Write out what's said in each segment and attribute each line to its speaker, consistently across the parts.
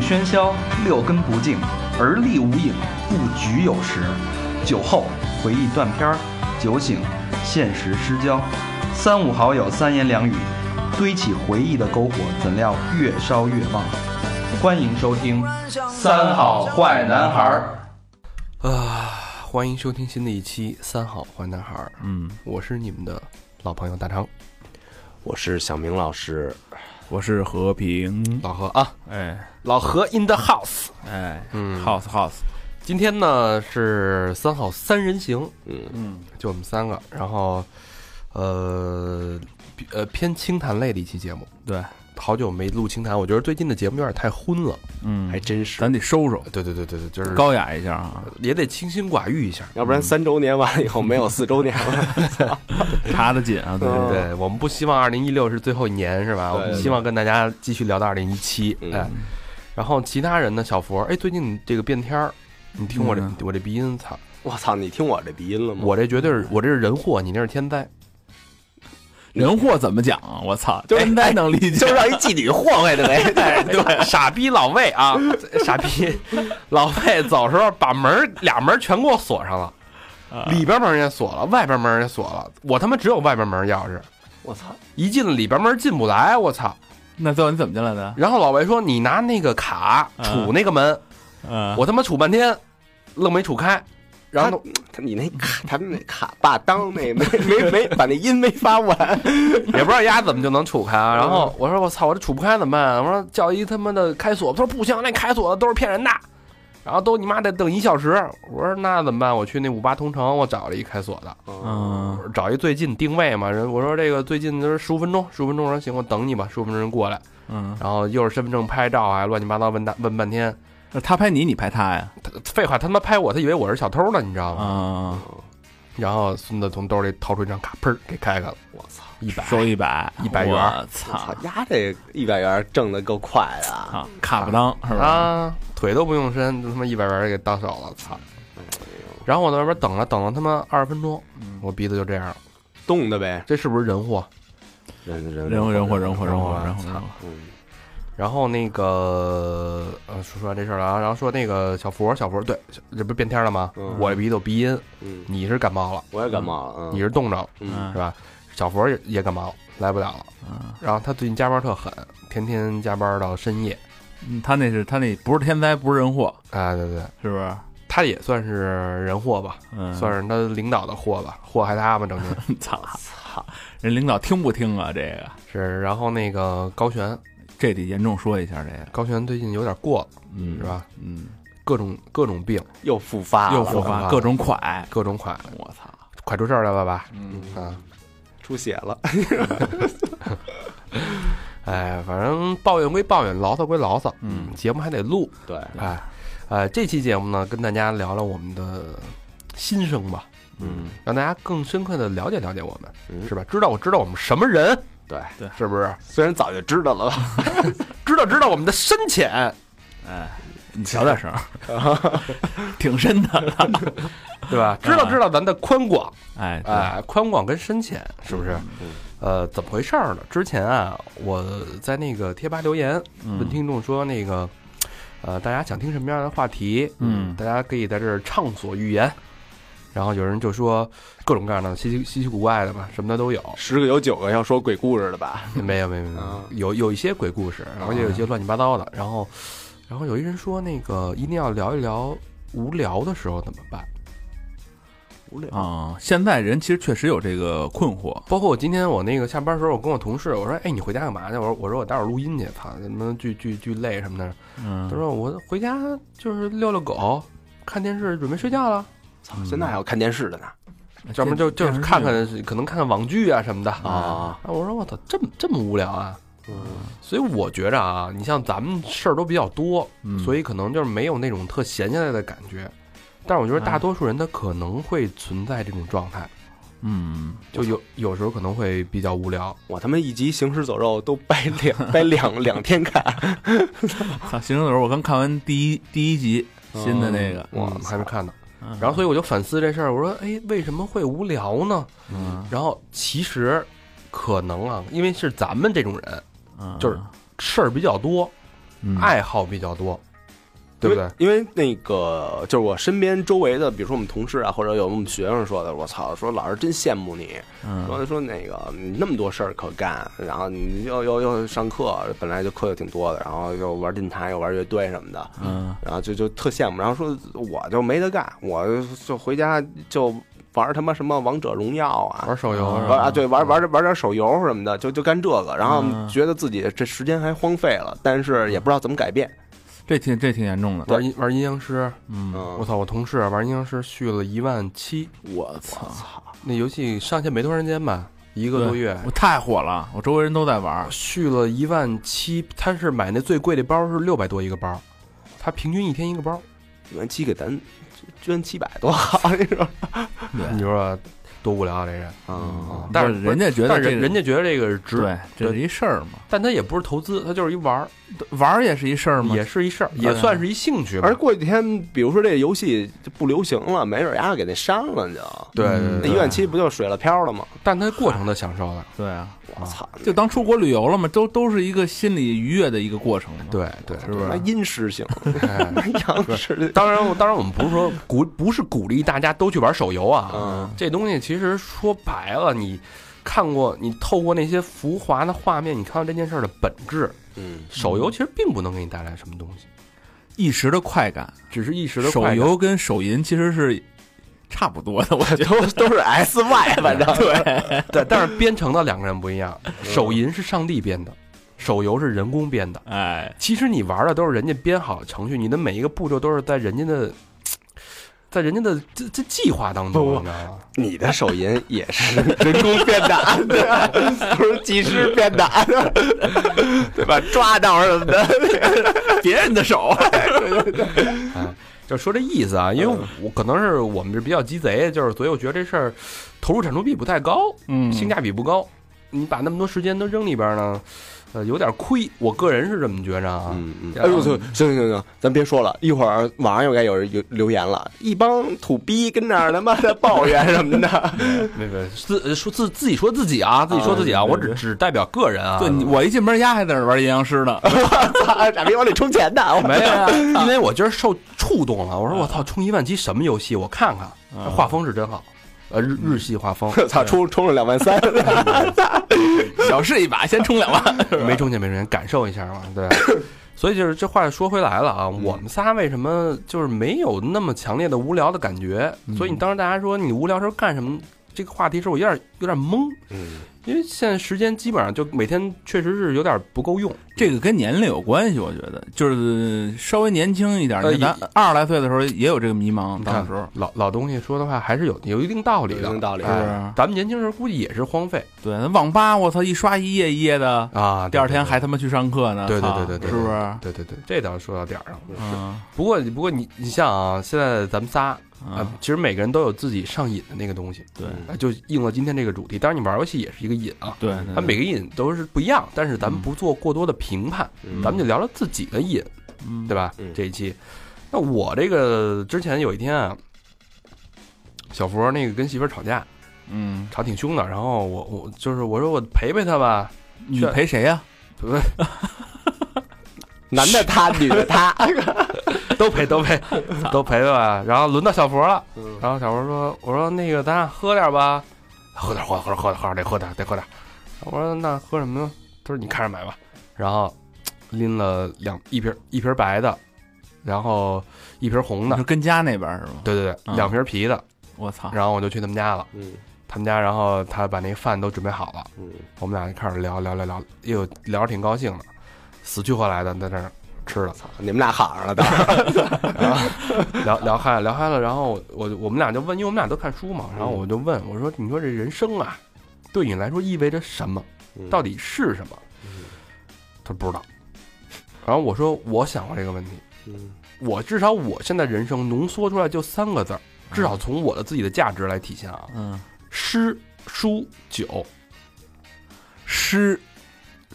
Speaker 1: 喧嚣，六根不净，而立无影，不局有时。酒后回忆断片儿，酒醒现实失焦。三五好友三言两语，堆起回忆的篝火，怎料越烧越旺。欢迎收听《三好坏男孩》。
Speaker 2: 啊，欢迎收听新的一期《三好坏男孩》。嗯，我是你们的老朋友大张，
Speaker 3: 我是小明老师，
Speaker 4: 我是和平，
Speaker 2: 老何啊，
Speaker 4: 哎
Speaker 2: 老何 in the house。
Speaker 4: 哎
Speaker 2: 嗯
Speaker 4: ，house house，
Speaker 2: 今天呢是三好三人行，
Speaker 4: 嗯
Speaker 2: 就我们三个，然后呃比呃偏清谈类的一期节目。
Speaker 4: 对，
Speaker 2: 好久没录清谈，我觉得最近的节目有点太昏了。
Speaker 4: 嗯
Speaker 3: 还，真是，
Speaker 4: 咱得收收，
Speaker 2: 对对对对对，就是
Speaker 4: 高雅一下啊，
Speaker 2: 也得清心寡欲一下。
Speaker 3: 要不然三周年完了以后没有四周年了。
Speaker 4: 查得紧啊，对
Speaker 3: 嗯
Speaker 2: 对，我们不希望二零一六是最后一年，是吧？我
Speaker 3: 对
Speaker 2: 们希望跟大家继续聊到二零一七。
Speaker 3: 嗯
Speaker 2: 哎，然后其他人呢？小佛，哎，最近你这个变天儿，你听我这、
Speaker 4: 嗯
Speaker 2: 我这鼻音，操，
Speaker 3: 我操，你听我这鼻音了吗？
Speaker 2: 我这绝对是我这是人祸，你那是天灾。
Speaker 4: 人祸怎么讲啊？我操，
Speaker 3: 就是
Speaker 4: 天灾能理 解，
Speaker 3: 就是让一妓女祸害的呗。
Speaker 2: 哎， 对，傻逼老魏啊， 傻逼老魏走时候把门儿俩门儿全给我锁上了。
Speaker 3: 啊
Speaker 2: 里边门儿也锁了，外边门儿也锁了，我他妈只有外边门儿钥匙，
Speaker 3: 我操，
Speaker 2: 一进了里边门儿进不来，我操！
Speaker 4: 那最后你怎么进来的？
Speaker 2: 然后老魏说：“你拿那个卡
Speaker 4: 啊
Speaker 2: 杵那个门，
Speaker 4: 嗯，
Speaker 2: 我他妈杵半天，愣没 杵开。然后
Speaker 3: 他你那卡，他们那卡霸当那没没没把那音没发完。
Speaker 2: 也不知道丫怎么就能杵开
Speaker 4: 嗯
Speaker 2: 啊。然后我说我操，我这杵不开怎么办、啊我说叫一他妈的开锁，他说不行，那开锁的都是骗人的，然后都你妈得等一小时。我说那怎么办？我去那五八同城，我找了一开锁的，
Speaker 4: 嗯
Speaker 2: 我找一最近定位嘛。人我说这个最近就是十五分钟，十五分钟。我说行，我等你吧，十五分钟过来。
Speaker 4: 嗯，
Speaker 2: 然后又是身份证拍照啊，乱七八糟问大问半天，
Speaker 4: 那他拍你，你拍他呀？
Speaker 2: 他废话，他他妈拍我，他以为我是小偷呢，你知道吗？
Speaker 4: 啊，
Speaker 2: 然后孙子从兜里掏出一张卡，砰给开开了，
Speaker 3: 我操，
Speaker 2: 一百。
Speaker 4: 嗯收一百，
Speaker 2: 100元
Speaker 4: 我
Speaker 3: 我
Speaker 4: 操
Speaker 3: 操，，丫这一百元挣的够快的啊！
Speaker 4: 啊，卡不当是吧？
Speaker 2: 啊，腿都不用伸，就他妈一百元给到手了，操！然后我在外边等了等了他妈二十分钟，我鼻子就这样了，
Speaker 3: 冻的呗，
Speaker 2: 这是不是人祸？
Speaker 3: 人人
Speaker 4: 人祸人祸人祸人祸人祸
Speaker 2: 操
Speaker 4: 人祸，
Speaker 3: 嗯，
Speaker 2: 然后那个呃，说说完这事儿了啊，然后说那个小佛，小佛对，小这不是变天了吗？
Speaker 3: 嗯
Speaker 2: 我这鼻子有鼻音，
Speaker 3: 嗯，
Speaker 2: 你是感冒了，
Speaker 3: 我也感冒了。嗯
Speaker 2: 你是冻着了，
Speaker 3: 嗯
Speaker 2: 是吧？小佛也也感冒，来不了了。
Speaker 4: 嗯
Speaker 2: 然后他最近加班特狠，天天加班到深夜。
Speaker 4: 嗯，他那是他那不是天灾，不是人祸，
Speaker 2: 啊，对对，
Speaker 4: 是不是？
Speaker 2: 他也算是人祸吧，
Speaker 4: 嗯，
Speaker 2: 算是他领导的祸吧，祸害他嘛，整天。
Speaker 4: 操操，人领导听不听啊？这个
Speaker 2: 是，然后那个高璇，
Speaker 4: 这得严重说一下这个，
Speaker 2: 高璇最近有点过了，
Speaker 4: 嗯
Speaker 2: 是？吧？
Speaker 4: 嗯，
Speaker 2: 各种各种病，
Speaker 3: 又复发了，
Speaker 4: 又复
Speaker 2: 复发
Speaker 4: 发，各种蒯，
Speaker 2: 各种快，
Speaker 4: 我操，
Speaker 2: 快出事儿来了吧？
Speaker 4: 嗯
Speaker 2: 啊，
Speaker 3: 出血了。
Speaker 2: 哎，反正抱怨归抱怨，牢骚归牢骚，
Speaker 4: 嗯，
Speaker 2: 节目还得录，
Speaker 3: 对，
Speaker 2: 哎，呃，这期节目呢，跟大家聊聊我们的心声吧，
Speaker 3: 嗯，
Speaker 2: 让大家更深刻的了解了解我们，
Speaker 3: 嗯
Speaker 2: 是吧？知道我知道我们什么人，
Speaker 3: 对，
Speaker 2: 是不是？
Speaker 3: 虽然早就知道了 吧。
Speaker 2: 知道知道我们的深浅，
Speaker 4: 哎，你小点声， 挺深的，
Speaker 2: 对吧？知道知道咱的宽广，
Speaker 4: 哎，对
Speaker 2: 哎，宽广跟深浅是不是？
Speaker 3: 嗯
Speaker 2: 呃，怎么回事儿呢？之前啊，我在那个贴吧留言
Speaker 3: 嗯
Speaker 2: 问听众说，那个，呃，大家想听什么样的话题？
Speaker 4: 嗯
Speaker 2: 大家可以在这儿畅所欲言。然后有人就说各种各样的稀奇稀奇古怪的吧，什么的都有。
Speaker 3: 十个有九个要说鬼故事的吧？
Speaker 2: 没有没有没有
Speaker 3: 啊，
Speaker 2: 有有一些鬼故事，然后也有一些乱七八糟的。然后，然后有一人说那个一定要聊一聊无聊的时候怎么办。
Speaker 3: 无聊，
Speaker 4: 啊，现在人其实确实有这个困惑，
Speaker 2: 包括我今天我那个下班时候，我跟我同事我说，哎，你回家干嘛去？我说我说我待会儿录音去，操，他妈巨巨巨累什么的。
Speaker 4: 嗯
Speaker 2: 他，说我回家就是遛遛狗，看电视，准备睡觉了，
Speaker 3: 操！现在还有看电视的呢
Speaker 4: 嗯
Speaker 2: 要不然就就是看看可能看看网剧啊什么的啊。
Speaker 3: 啊！
Speaker 2: 我说我操，这么这么无聊啊！
Speaker 3: 嗯
Speaker 2: 所以我觉着啊，你像咱们事儿都比较多，
Speaker 4: 嗯
Speaker 2: 所以可能就是没有那种特闲下来的感觉。但是我觉得大多数人他可能会存在这种状态，
Speaker 4: 嗯，
Speaker 2: 就有有时候可能会比较无聊。
Speaker 3: 我他妈一集《行尸走肉》都掰两掰两两天看，
Speaker 4: 操，行尸走肉，我刚看完第一第一集
Speaker 2: 哦
Speaker 4: 新的那个，
Speaker 2: 我还没看呢。
Speaker 4: 嗯
Speaker 2: 然后，所以我就反思这事儿，我说，哎，为什么会无聊呢？
Speaker 4: 嗯
Speaker 2: 然后其实可能啊，因为是咱们这种人，
Speaker 4: 嗯
Speaker 2: 就是事儿比较多，
Speaker 4: 嗯
Speaker 2: 爱好比较多，对不对？
Speaker 3: 因为？因为那个就是我身边周围的，比如说我们同事啊，或者有我们学生说的，我操，说老师真羡慕你，
Speaker 4: 嗯
Speaker 3: 说说那个你那么多事儿可干，然后你又又又上课，本来就课就挺多的，然后又玩电台，又玩乐队什么的，
Speaker 4: 嗯
Speaker 3: 然后就就特羡慕，然后说我就没得干，我就回家就玩他妈什么王者荣耀啊，
Speaker 2: 玩手游
Speaker 4: 嗯
Speaker 2: 是吧
Speaker 3: 玩啊，对，玩玩玩点手游什么的，就就干这个，然后
Speaker 4: 嗯
Speaker 3: 觉得自己这时间还荒废了，但是也不知道怎么改变。
Speaker 4: 这挺这挺严重的，
Speaker 2: 玩阴玩阴阳师，
Speaker 4: 嗯，
Speaker 2: 我
Speaker 3: 嗯，
Speaker 2: 操！我同事啊玩阴阳师续了一万七，
Speaker 4: 我操，
Speaker 2: 那游戏上线没多长时间吧，一个多月，
Speaker 4: 我太火了，我周围人都在玩儿，
Speaker 2: 续了一万七。他是买那最贵的包是六百多一个包，他平均一天一个包，
Speaker 3: 一万七给咱捐七百多好，你说？
Speaker 4: 对
Speaker 2: 你说多无聊啊！这人，
Speaker 3: 嗯，
Speaker 2: 但是
Speaker 4: 不人家觉得
Speaker 2: 但
Speaker 4: 这
Speaker 2: 人
Speaker 4: 个
Speaker 2: 人家觉得这个是值，
Speaker 4: 对，这是一事儿嘛，
Speaker 2: 但他也不是投资，他就是一玩儿，
Speaker 4: 玩儿也是一事儿嘛，
Speaker 2: 也是一事儿，
Speaker 4: 当
Speaker 2: 也
Speaker 4: 然
Speaker 2: 算是一兴趣吧
Speaker 3: 嗯而。过几天，比如说这游戏就不流行了，没准儿丫给那删了就。
Speaker 2: 对
Speaker 4: 嗯
Speaker 2: 对
Speaker 3: 那
Speaker 2: 对，
Speaker 3: 一万七不就水了漂了吗？
Speaker 2: 但他过程他享受了，
Speaker 4: 对啊，
Speaker 3: 我操！
Speaker 4: 就当出国旅游了嘛，都都是一个心理愉悦的一个过程嘛，
Speaker 2: 对对。
Speaker 4: 嗯是不
Speaker 3: 那
Speaker 4: 是？
Speaker 3: 阴湿性，
Speaker 2: 哎
Speaker 3: 阳湿，
Speaker 2: 当然，当然，我们不是说鼓，不是鼓励大家都去玩手游啊。
Speaker 3: 嗯
Speaker 2: 这东西其实说白了，你看过，你透过那些浮华的画面，你看到这件事儿的本质。
Speaker 3: 嗯，
Speaker 2: 手游其实并不能给你带来什么东西，
Speaker 4: 一时的快感，
Speaker 2: 只是一时的
Speaker 4: 手
Speaker 2: 快感。
Speaker 4: 游跟手淫其实是差不多 的，我觉得。
Speaker 3: 都都是 S Y，反正对，
Speaker 2: 对，但是编程的两个人不一样，
Speaker 4: 嗯
Speaker 2: 手淫是上帝编的，手游是人工编的。
Speaker 4: 哎，
Speaker 2: 其实你玩的都是人家编好的程序，你的每一个步骤都是在人家的，在人家的这这计划当中，
Speaker 3: 不
Speaker 2: 你
Speaker 3: 不
Speaker 2: 知道吗？
Speaker 3: 你的手淫也是人工变的，对吧？不是技师变的，对吧？抓到什么的，
Speaker 4: 别人的手，
Speaker 2: 就说这意思啊，因
Speaker 4: 嗯
Speaker 2: 为我可能是我们这比较鸡贼，就是所以我觉得这事儿投入产出比不太高，
Speaker 4: 嗯
Speaker 2: 性价比不高，你把那么多时间都扔里边儿呢，呃，有点亏。我个人是这么觉着啊。
Speaker 3: 嗯嗯，
Speaker 2: 然
Speaker 3: 哎
Speaker 2: 后
Speaker 3: 呦，我操行行行行，咱别说了，一会儿网上又该有人有留言了，一帮土逼跟那儿他妈的抱怨什么的，
Speaker 2: 那个自呃说自自己说自己啊，自己说自己啊，
Speaker 4: 对对
Speaker 2: 我只只代表个人啊。
Speaker 4: 对，你我一进门，丫还在那玩阴阳师 呢。
Speaker 3: 操，傻逼往里充钱的， 我
Speaker 2: 没有啊， 因为我今儿受触动了，我说我操，充一万七什么游戏？我看看，
Speaker 4: 嗯
Speaker 2: 画风是真好，呃，日日系画 风，
Speaker 3: 我操，充充了两万三，
Speaker 4: 小试一 把，先充两万。
Speaker 2: 没充钱没充钱，感受一下嘛，对。啊所以就是这话说回来了啊，我们仨为什么就是没有那么强烈的无聊的感觉？所以你当时大家说你无聊时候干什么？这个话题时候我有点有点懵，
Speaker 3: 嗯，
Speaker 2: 因为现在时间基本上就每天确实是有点不够用。
Speaker 4: 这个跟年龄有关系，我觉得就是稍微年轻一点，
Speaker 2: 呃
Speaker 4: 你看
Speaker 2: 也
Speaker 4: 咱二十来岁的时候也有这个迷茫，
Speaker 2: 你
Speaker 4: 当
Speaker 2: 看
Speaker 4: 时
Speaker 2: 老老东西说的话还是有有一定道理的，
Speaker 3: 有一定道理
Speaker 2: 哎
Speaker 4: 是啊
Speaker 2: 咱们年轻时候估计也是荒废
Speaker 4: 对那网吧，我操，一刷一夜一夜的，
Speaker 2: 啊，
Speaker 4: 第二天还他妈去上课呢，
Speaker 2: 对对
Speaker 4: 操
Speaker 2: 对对对啊
Speaker 4: 是不是？
Speaker 2: 对对对，啊这倒是说到点儿上了。
Speaker 4: 嗯
Speaker 2: 不过不过你你像啊，现在咱们仨啊
Speaker 4: 嗯，，
Speaker 2: 其实每个人都有自己上瘾的那个东西，
Speaker 4: 对
Speaker 2: 啊就应了今天这个主题。当然，你玩游戏也是一个瘾啊，
Speaker 4: 对，对
Speaker 2: 它每个瘾都是不一样，但是咱们不做过多的评判，
Speaker 3: 嗯
Speaker 2: 咱们就聊聊自己的瘾，
Speaker 4: 嗯
Speaker 2: 对吧
Speaker 3: 嗯？
Speaker 2: 这一期，那我这个之前有一天啊，小佛那个跟媳妇儿吵架，
Speaker 4: 嗯，
Speaker 2: 吵挺凶的，然后我我就是我说我陪陪她吧，
Speaker 4: 你陪谁呀？
Speaker 2: 不是
Speaker 3: 男的他，女的他，
Speaker 2: 都陪都陪都陪陪吧，然后轮到小佛了。
Speaker 3: 嗯
Speaker 2: 然后小佛说：“我说那个咱俩喝点吧，喝点喝点喝点喝点得喝点得喝点。”我说：“那喝什么呢？”他说：“你看着买吧。”然后嘖拎了两一瓶一瓶白的，然后一瓶红
Speaker 4: 你
Speaker 2: 的
Speaker 4: 说，跟家那边是吗？
Speaker 2: 对对对，
Speaker 4: 嗯
Speaker 2: 两瓶啤的。
Speaker 4: 我操，
Speaker 2: 然后我就去他们家了，
Speaker 3: 嗯
Speaker 2: 他们家，然后他把那个饭都准备好了，
Speaker 3: 嗯，
Speaker 2: 我们俩就开始聊聊聊聊，哎呦，聊着挺高兴的，死去活来的在那儿吃了，
Speaker 3: 你们俩喊上了，当时
Speaker 2: 聊聊嗨了，聊嗨了，然后我我我们俩就问，因为我们俩都看书嘛，然后我就问我说：“你说这人生啊，对你来说意味着什么？嗯到底是什么？”他说不知道。然后我说：“我想过这个问题，
Speaker 3: 嗯
Speaker 2: 我至少我现在人生浓缩出来就三个字儿，至少从我的自己的价值来体现啊，
Speaker 4: 嗯，
Speaker 2: 诗、书、酒。
Speaker 4: 诗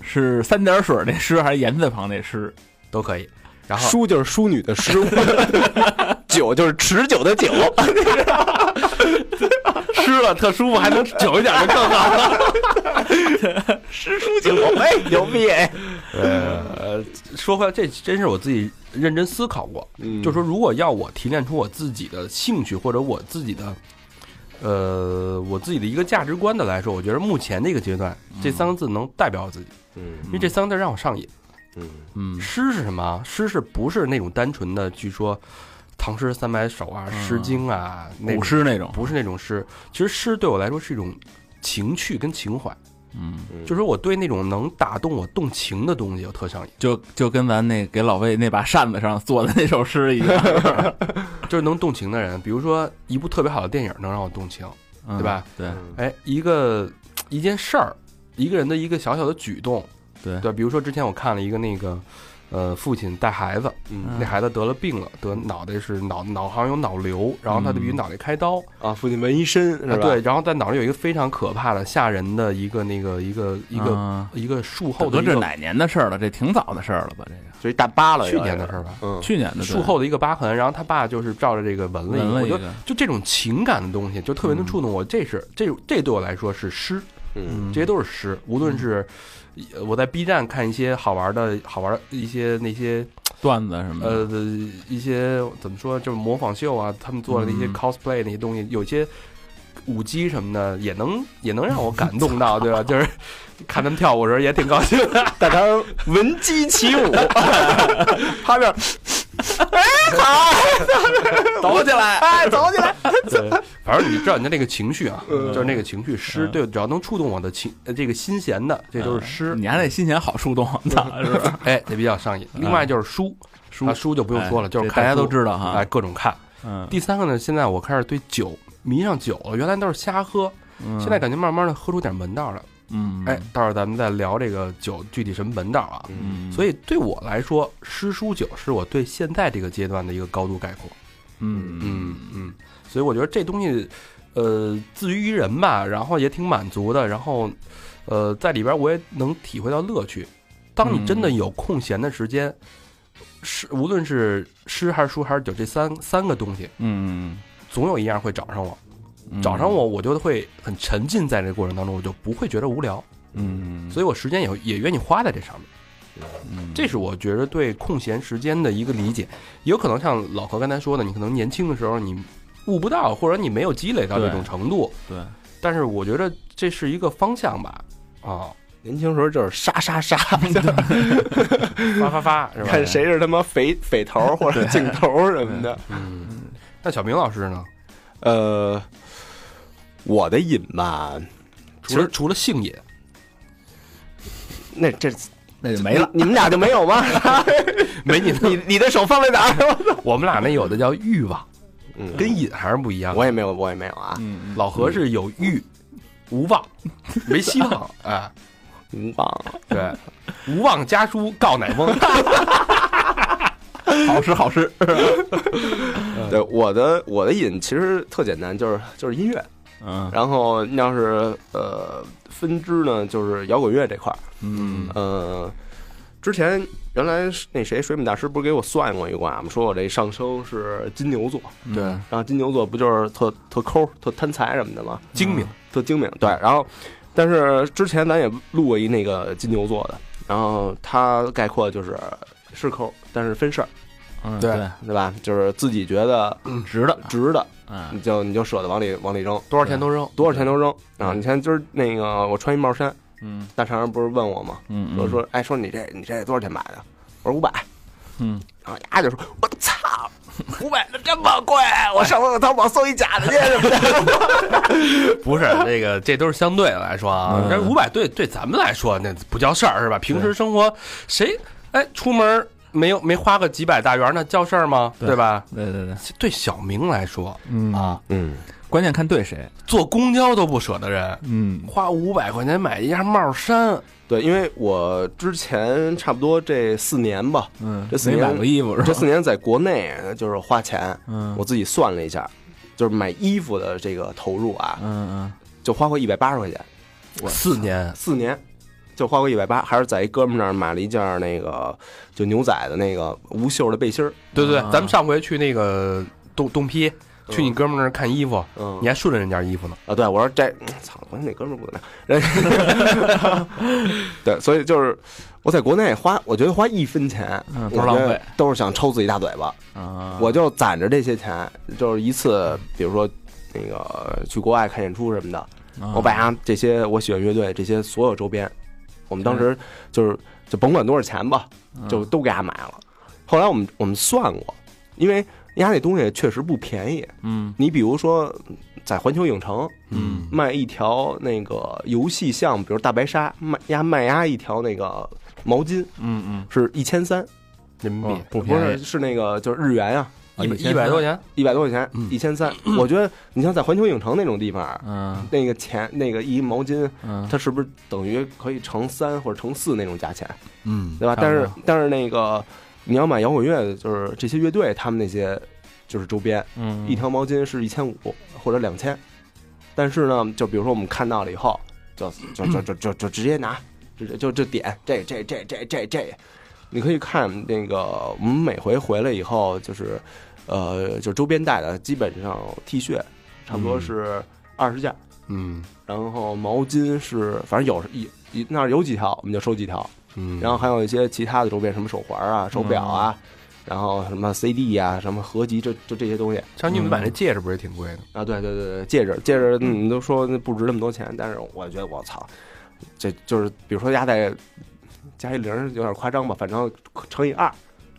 Speaker 4: 是三点水那诗还是言字旁那诗？
Speaker 2: 都可以。”然后
Speaker 3: 淑就是淑女的淑， 酒就是持久的酒，
Speaker 2: 吃了特舒服，还能久一点就更好了。
Speaker 3: 师叔酒，哎，牛逼！
Speaker 2: 呃，说回来，这真是我自己认真思考过，
Speaker 3: 嗯
Speaker 2: 就说如果要我提炼出我自己的兴趣或者我自己的，呃，我自己的一个价值观的来说，我觉得目前这个阶段，这三个字能代表我自己，
Speaker 3: 嗯
Speaker 2: 因为这三个字让我上瘾。
Speaker 3: 嗯
Speaker 4: 嗯
Speaker 2: 诗是什么啊？诗是不是那种单纯的去说《唐诗三百首》啊、《诗经》啊、那
Speaker 4: 嗯
Speaker 2: 种
Speaker 4: 古诗那种，
Speaker 2: 不是那种诗。其实诗对我来说是一种情趣跟情怀，
Speaker 4: 嗯，
Speaker 3: 嗯，
Speaker 2: 就是我对那种能打动我动情的东西，我特上瘾。
Speaker 4: 就就跟咱那给老魏那把扇子上做的那首诗一样，
Speaker 2: 就是能动情的人，比如说一部特别好的电影能让我动情，
Speaker 4: 嗯
Speaker 2: 对吧？
Speaker 4: 对，
Speaker 3: 嗯
Speaker 2: 哎，一个一件事儿，一个人的一个小小的举动，
Speaker 4: 对
Speaker 2: 对，比如说之前我看了一个那个，呃，父亲带孩子，
Speaker 3: 嗯
Speaker 2: 那孩子得了病了，得脑袋是脑脑好像有脑瘤，然后他就必须
Speaker 4: 嗯
Speaker 2: 脑袋开刀，
Speaker 3: 啊，父亲纹一身是吧？
Speaker 2: 啊对，然后在脑里有一个非常可怕的、吓人的一个那个一个一个、
Speaker 4: 嗯
Speaker 2: 一个术后
Speaker 4: 后
Speaker 2: 的
Speaker 4: 头
Speaker 2: 一
Speaker 4: 这
Speaker 2: 个
Speaker 4: 哪年的事儿了？这挺早的事儿了吧？这个
Speaker 3: 所以大疤了，
Speaker 2: 去年的事儿吧，
Speaker 3: 嗯，
Speaker 4: 去年的对
Speaker 2: 术后的一个疤痕，然后他爸就是照着这个纹了
Speaker 4: 纹了
Speaker 2: 一
Speaker 4: 一
Speaker 2: 个，我就
Speaker 4: 个，
Speaker 2: 就这种情感的东西，就特别能触动我。这是这这对我来说是诗，
Speaker 3: 嗯
Speaker 2: 这些都是诗。无论是呃我在 B 站看一些好玩的、好玩的一些那些
Speaker 4: 段子什么的，
Speaker 2: 呃一些怎么说，就是模仿秀啊，他们做的那些
Speaker 4: 嗯
Speaker 2: cosplay 那些东西，有些舞姬什么的，也能也能让我感动到，对吧？就是 看他们跳舞的时候也挺高兴的。
Speaker 3: 大张闻鸡起舞，趴 面儿，
Speaker 2: 走起来， 哎，走起来。对，反正你知道人家那个情绪啊，就是那个情绪诗，
Speaker 4: 嗯
Speaker 2: 对，只要能触动我的情，呃这个心弦的，这都是诗。
Speaker 4: 你还得心情好触动，操是 吧？
Speaker 2: 哎，这比较上瘾。另外就是书，
Speaker 4: 书
Speaker 2: 啊书就不用说了，
Speaker 4: 哎
Speaker 2: 就是
Speaker 4: 这
Speaker 2: 看
Speaker 4: 大家
Speaker 2: 书啊
Speaker 4: 都知道
Speaker 2: 哎，
Speaker 4: 哈。
Speaker 2: 各种看。
Speaker 4: 嗯，
Speaker 2: 第三个呢，现在我开始对酒迷上酒了，原来都是瞎喝，
Speaker 4: 嗯
Speaker 2: 现在感觉慢慢的喝出点门道来。
Speaker 4: 嗯，
Speaker 2: 哎，到时候咱们再聊这个酒具体什么门道啊。
Speaker 4: 嗯，
Speaker 2: 所
Speaker 4: 以
Speaker 2: 以对我来说，诗书酒是我对现在这个阶段的一个高度概括。
Speaker 4: 嗯
Speaker 2: 嗯，嗯，所以我觉得这东西，呃，自娱于人吧，然后也挺满足的，然后，呃，在里边我也能体会到乐趣。当你真的有空闲的时间，是无论是诗还是书还是酒这三三个东西，
Speaker 4: 嗯，
Speaker 2: 总有一样会找上我，
Speaker 4: 嗯
Speaker 2: 找上，我，我就会很沉浸在这个过程当中，我就不会觉得无聊，
Speaker 4: 嗯，
Speaker 2: 所以我时间也会也愿意花在这上面。
Speaker 4: 嗯
Speaker 2: 这是我觉得对空闲时间的一个理解。有可能像老何刚才说的，你可能年轻的时候你悟不到，或者你没有积累到这种程度。
Speaker 4: 对，
Speaker 2: 但是我觉得这是一个方向吧，啊，
Speaker 3: 年轻时候就是杀杀杀，
Speaker 2: 嗯发发发是吧？
Speaker 3: 看谁是他妈匪匪头儿或者镜头什么的。
Speaker 2: 嗯。那小明老师呢？
Speaker 3: 呃，我的瘾吧，
Speaker 2: 除了除了性瘾，
Speaker 3: 那这
Speaker 4: 那就没了。
Speaker 3: 你你们俩就没 有吗？
Speaker 2: 没你，
Speaker 3: 你你的手放在哪儿？
Speaker 2: 我们俩那有的叫欲望，
Speaker 3: 嗯
Speaker 2: 跟瘾还是不一样。
Speaker 3: 我也没有，我也没有啊。
Speaker 4: 嗯，
Speaker 2: 老何是有欲，无望，没希望，哎，
Speaker 3: 嗯，棒，
Speaker 2: 对，无望家书告乃 翁。
Speaker 4: 好吃好吃。
Speaker 3: 对我的我的瘾其实特简单，就是就是音乐。
Speaker 4: 嗯
Speaker 3: 然后你要是呃分支呢，就是摇滚乐这块儿。
Speaker 4: 嗯
Speaker 3: 呃，之前原来是那谁水母大师不是给我算过一卦吗？说我这上升是金牛座，
Speaker 4: 对，
Speaker 3: 然后金牛座不就是特特抠、特贪财什么的吗？嗯
Speaker 2: 精明，嗯
Speaker 3: 特精明。对，然后但是之前咱也录过一那个金牛座的，然后他概括就是是抠，但是分事儿，
Speaker 4: 嗯
Speaker 2: 对
Speaker 4: 对，
Speaker 3: 对吧？就是自己觉得
Speaker 4: 值的，
Speaker 3: 值的，
Speaker 4: 嗯
Speaker 3: 你就你就舍得往里往里扔，
Speaker 2: 多少钱都扔。
Speaker 3: 多少钱都扔啊！你看今儿那个我穿一帽衫，
Speaker 4: 嗯
Speaker 3: 大肠不是问我吗？
Speaker 4: 嗯，
Speaker 3: 说说哎说你这你这多少钱买的？我说五百。
Speaker 4: 嗯，
Speaker 3: 然后丫就说：“我操，五百的这么贵！我上回我淘宝搜一假的去什么的。
Speaker 2: 不是这个，这都是相对来说啊。
Speaker 4: 嗯
Speaker 2: 这五百对对咱们来说那不叫事儿是吧？平时生活谁哎出门没有没花个几百大元儿那叫事儿吗？
Speaker 4: 对
Speaker 2: 对吧？
Speaker 4: 对对对，
Speaker 2: 对小明来说
Speaker 4: 嗯
Speaker 2: 啊，”
Speaker 3: 嗯，
Speaker 4: 关键看对谁。
Speaker 2: 坐公交都不舍得人，
Speaker 4: 嗯
Speaker 2: 花五百块钱买一件帽衫，
Speaker 3: 对，因为我之前差不多这四年吧，
Speaker 4: 嗯，
Speaker 3: 这四
Speaker 4: 没
Speaker 3: 年
Speaker 4: 买过衣服是吧？
Speaker 3: 这四年在国内就是花钱，
Speaker 4: 嗯
Speaker 3: 我自己算了一下，就是买衣服的这个投入啊，
Speaker 4: 嗯
Speaker 3: 就花过一百八十块钱，
Speaker 2: 四年
Speaker 3: 四年。就花过一百八，还是在一哥们那儿买了一件那个就牛仔的那个无袖的背心儿，
Speaker 2: 对对，
Speaker 4: 啊
Speaker 2: 咱们上回去那个东东批去你哥们儿那儿看衣服，
Speaker 3: 嗯
Speaker 2: 你还顺着人家衣服呢。
Speaker 3: 啊，对我说这，操，我哪哥们儿不能，人家 对，所以就是我在国内花，我觉得花一分钱，
Speaker 4: 嗯
Speaker 3: 我
Speaker 4: 都是浪
Speaker 3: 觉得
Speaker 4: 费
Speaker 3: 都是想抽自己大嘴巴。
Speaker 4: 啊，
Speaker 3: 我就攒着这些钱，就是一次，比如说那个去国外看演出什么
Speaker 4: 啊
Speaker 3: 的，我把这些我喜欢乐队这些所有周边，我们当时
Speaker 4: 哎
Speaker 3: 就是就甭管多少钱吧，
Speaker 4: 嗯
Speaker 3: 就都给他买了。后来我们我们算过，因为人家那东西确实不便宜。
Speaker 4: 嗯
Speaker 3: 你比如说，在环球影城
Speaker 4: 嗯
Speaker 3: 卖一条那个游戏项目，比如大白鲨，卖压卖压一条那个毛巾
Speaker 4: 嗯嗯，
Speaker 3: 是一千三，
Speaker 2: 人民币
Speaker 4: 哦不
Speaker 3: 不
Speaker 4: 便宜
Speaker 3: 是是那个就是日元呀、
Speaker 4: 啊
Speaker 2: 一百
Speaker 4: 1300
Speaker 2: 一百多块钱，
Speaker 3: 一百多块钱
Speaker 2: 嗯，
Speaker 3: 一千三。我觉得你像在环球影城那种地方，
Speaker 4: 嗯
Speaker 3: 那个钱那个一毛巾，
Speaker 4: 嗯，
Speaker 3: 它是不是等于可以乘三或者乘四那种价钱，
Speaker 2: 嗯，
Speaker 3: 对吧？
Speaker 4: 差不
Speaker 3: 但
Speaker 4: 多
Speaker 3: 是但是那个你要买摇滚乐，就是这些乐队他们那些就是周边，
Speaker 4: 嗯
Speaker 3: 一条毛巾是一千五或者两千，但是呢，就比如说我们看到了以后，就就就就就就直接拿，直接就就点这这这这这这，你可以看那个我们每回回来以后，就是呃，就周边带的基本上 T 恤差不多是二十件，
Speaker 2: 嗯
Speaker 3: 然后毛巾是反正有一一那儿有几条我们就收几条，
Speaker 2: 嗯，
Speaker 3: 然后还有一些其他的周边，什么手环啊、手表啊，
Speaker 2: 嗯
Speaker 3: 然后什么 CD 啊、什么合集，这就这些东西。
Speaker 2: 像你们买那戒指不是也挺贵的？
Speaker 3: 啊，对对对对，戒指戒指，你都说那不值那么多钱，但是我觉得我操，这就是比如说压在加一零儿有点夸张吧，反正乘以二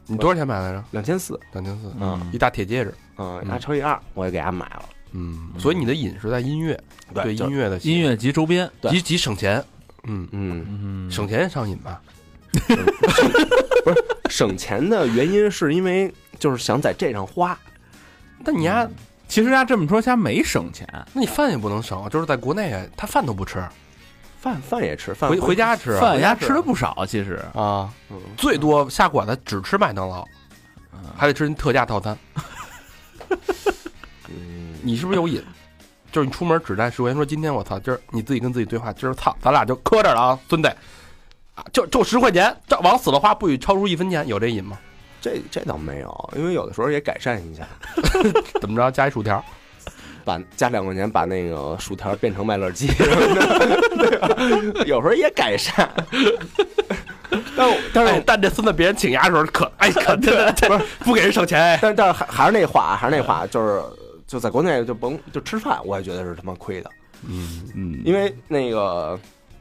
Speaker 2: 你多少钱买来着？
Speaker 3: 两千四，
Speaker 2: 两千四，
Speaker 3: 嗯
Speaker 2: 一大铁戒指。
Speaker 3: 嗯，
Speaker 2: 嗯
Speaker 3: 那乘以二我也给他买了，
Speaker 2: 嗯，所以你的瘾是在音乐，对
Speaker 3: 就
Speaker 2: 音乐的喜
Speaker 4: 音
Speaker 2: 欢，
Speaker 4: 乐及周边，
Speaker 3: 对
Speaker 2: 极极省钱。嗯，
Speaker 3: 嗯，
Speaker 4: 嗯
Speaker 2: 省钱也上瘾吧？
Speaker 3: 省钱的原因是因为就是想在这上花，
Speaker 2: 但你呀，
Speaker 4: 其实他这么说，他没省钱，
Speaker 2: 那你饭也不能省，啊就是在国内他饭都不吃，
Speaker 3: 饭饭也吃，饭
Speaker 2: 回回家吃，
Speaker 4: 饭家
Speaker 2: 家
Speaker 4: 吃的不少，其实
Speaker 2: 啊，
Speaker 3: 嗯
Speaker 2: 最多下馆子只吃麦当劳，还得吃人特价套餐。
Speaker 3: 嗯
Speaker 2: 你是不是有瘾？ 就是你出门只带十块钱，说今天我操，今儿你自己跟自己对话，今儿操，咱俩就磕这儿了啊，孙子，啊，就就十块钱，这往死了花，不许超出一分钱，有这瘾吗？
Speaker 3: 这这倒没有，因为有的时候也改善一下，
Speaker 2: 怎么着，加一薯条，
Speaker 3: 把加两块钱把那个薯条变成麦乐鸡，对吧 有时候也改善。但我但是
Speaker 2: 哎，但这孙子别人请牙的时候可，哎可真的不是不给人省钱哎，
Speaker 3: 但是但是还还是那话，啊还是那话，就是就在国内就甭就吃饭，我也觉得是他妈亏的，
Speaker 4: 嗯
Speaker 3: 因为那个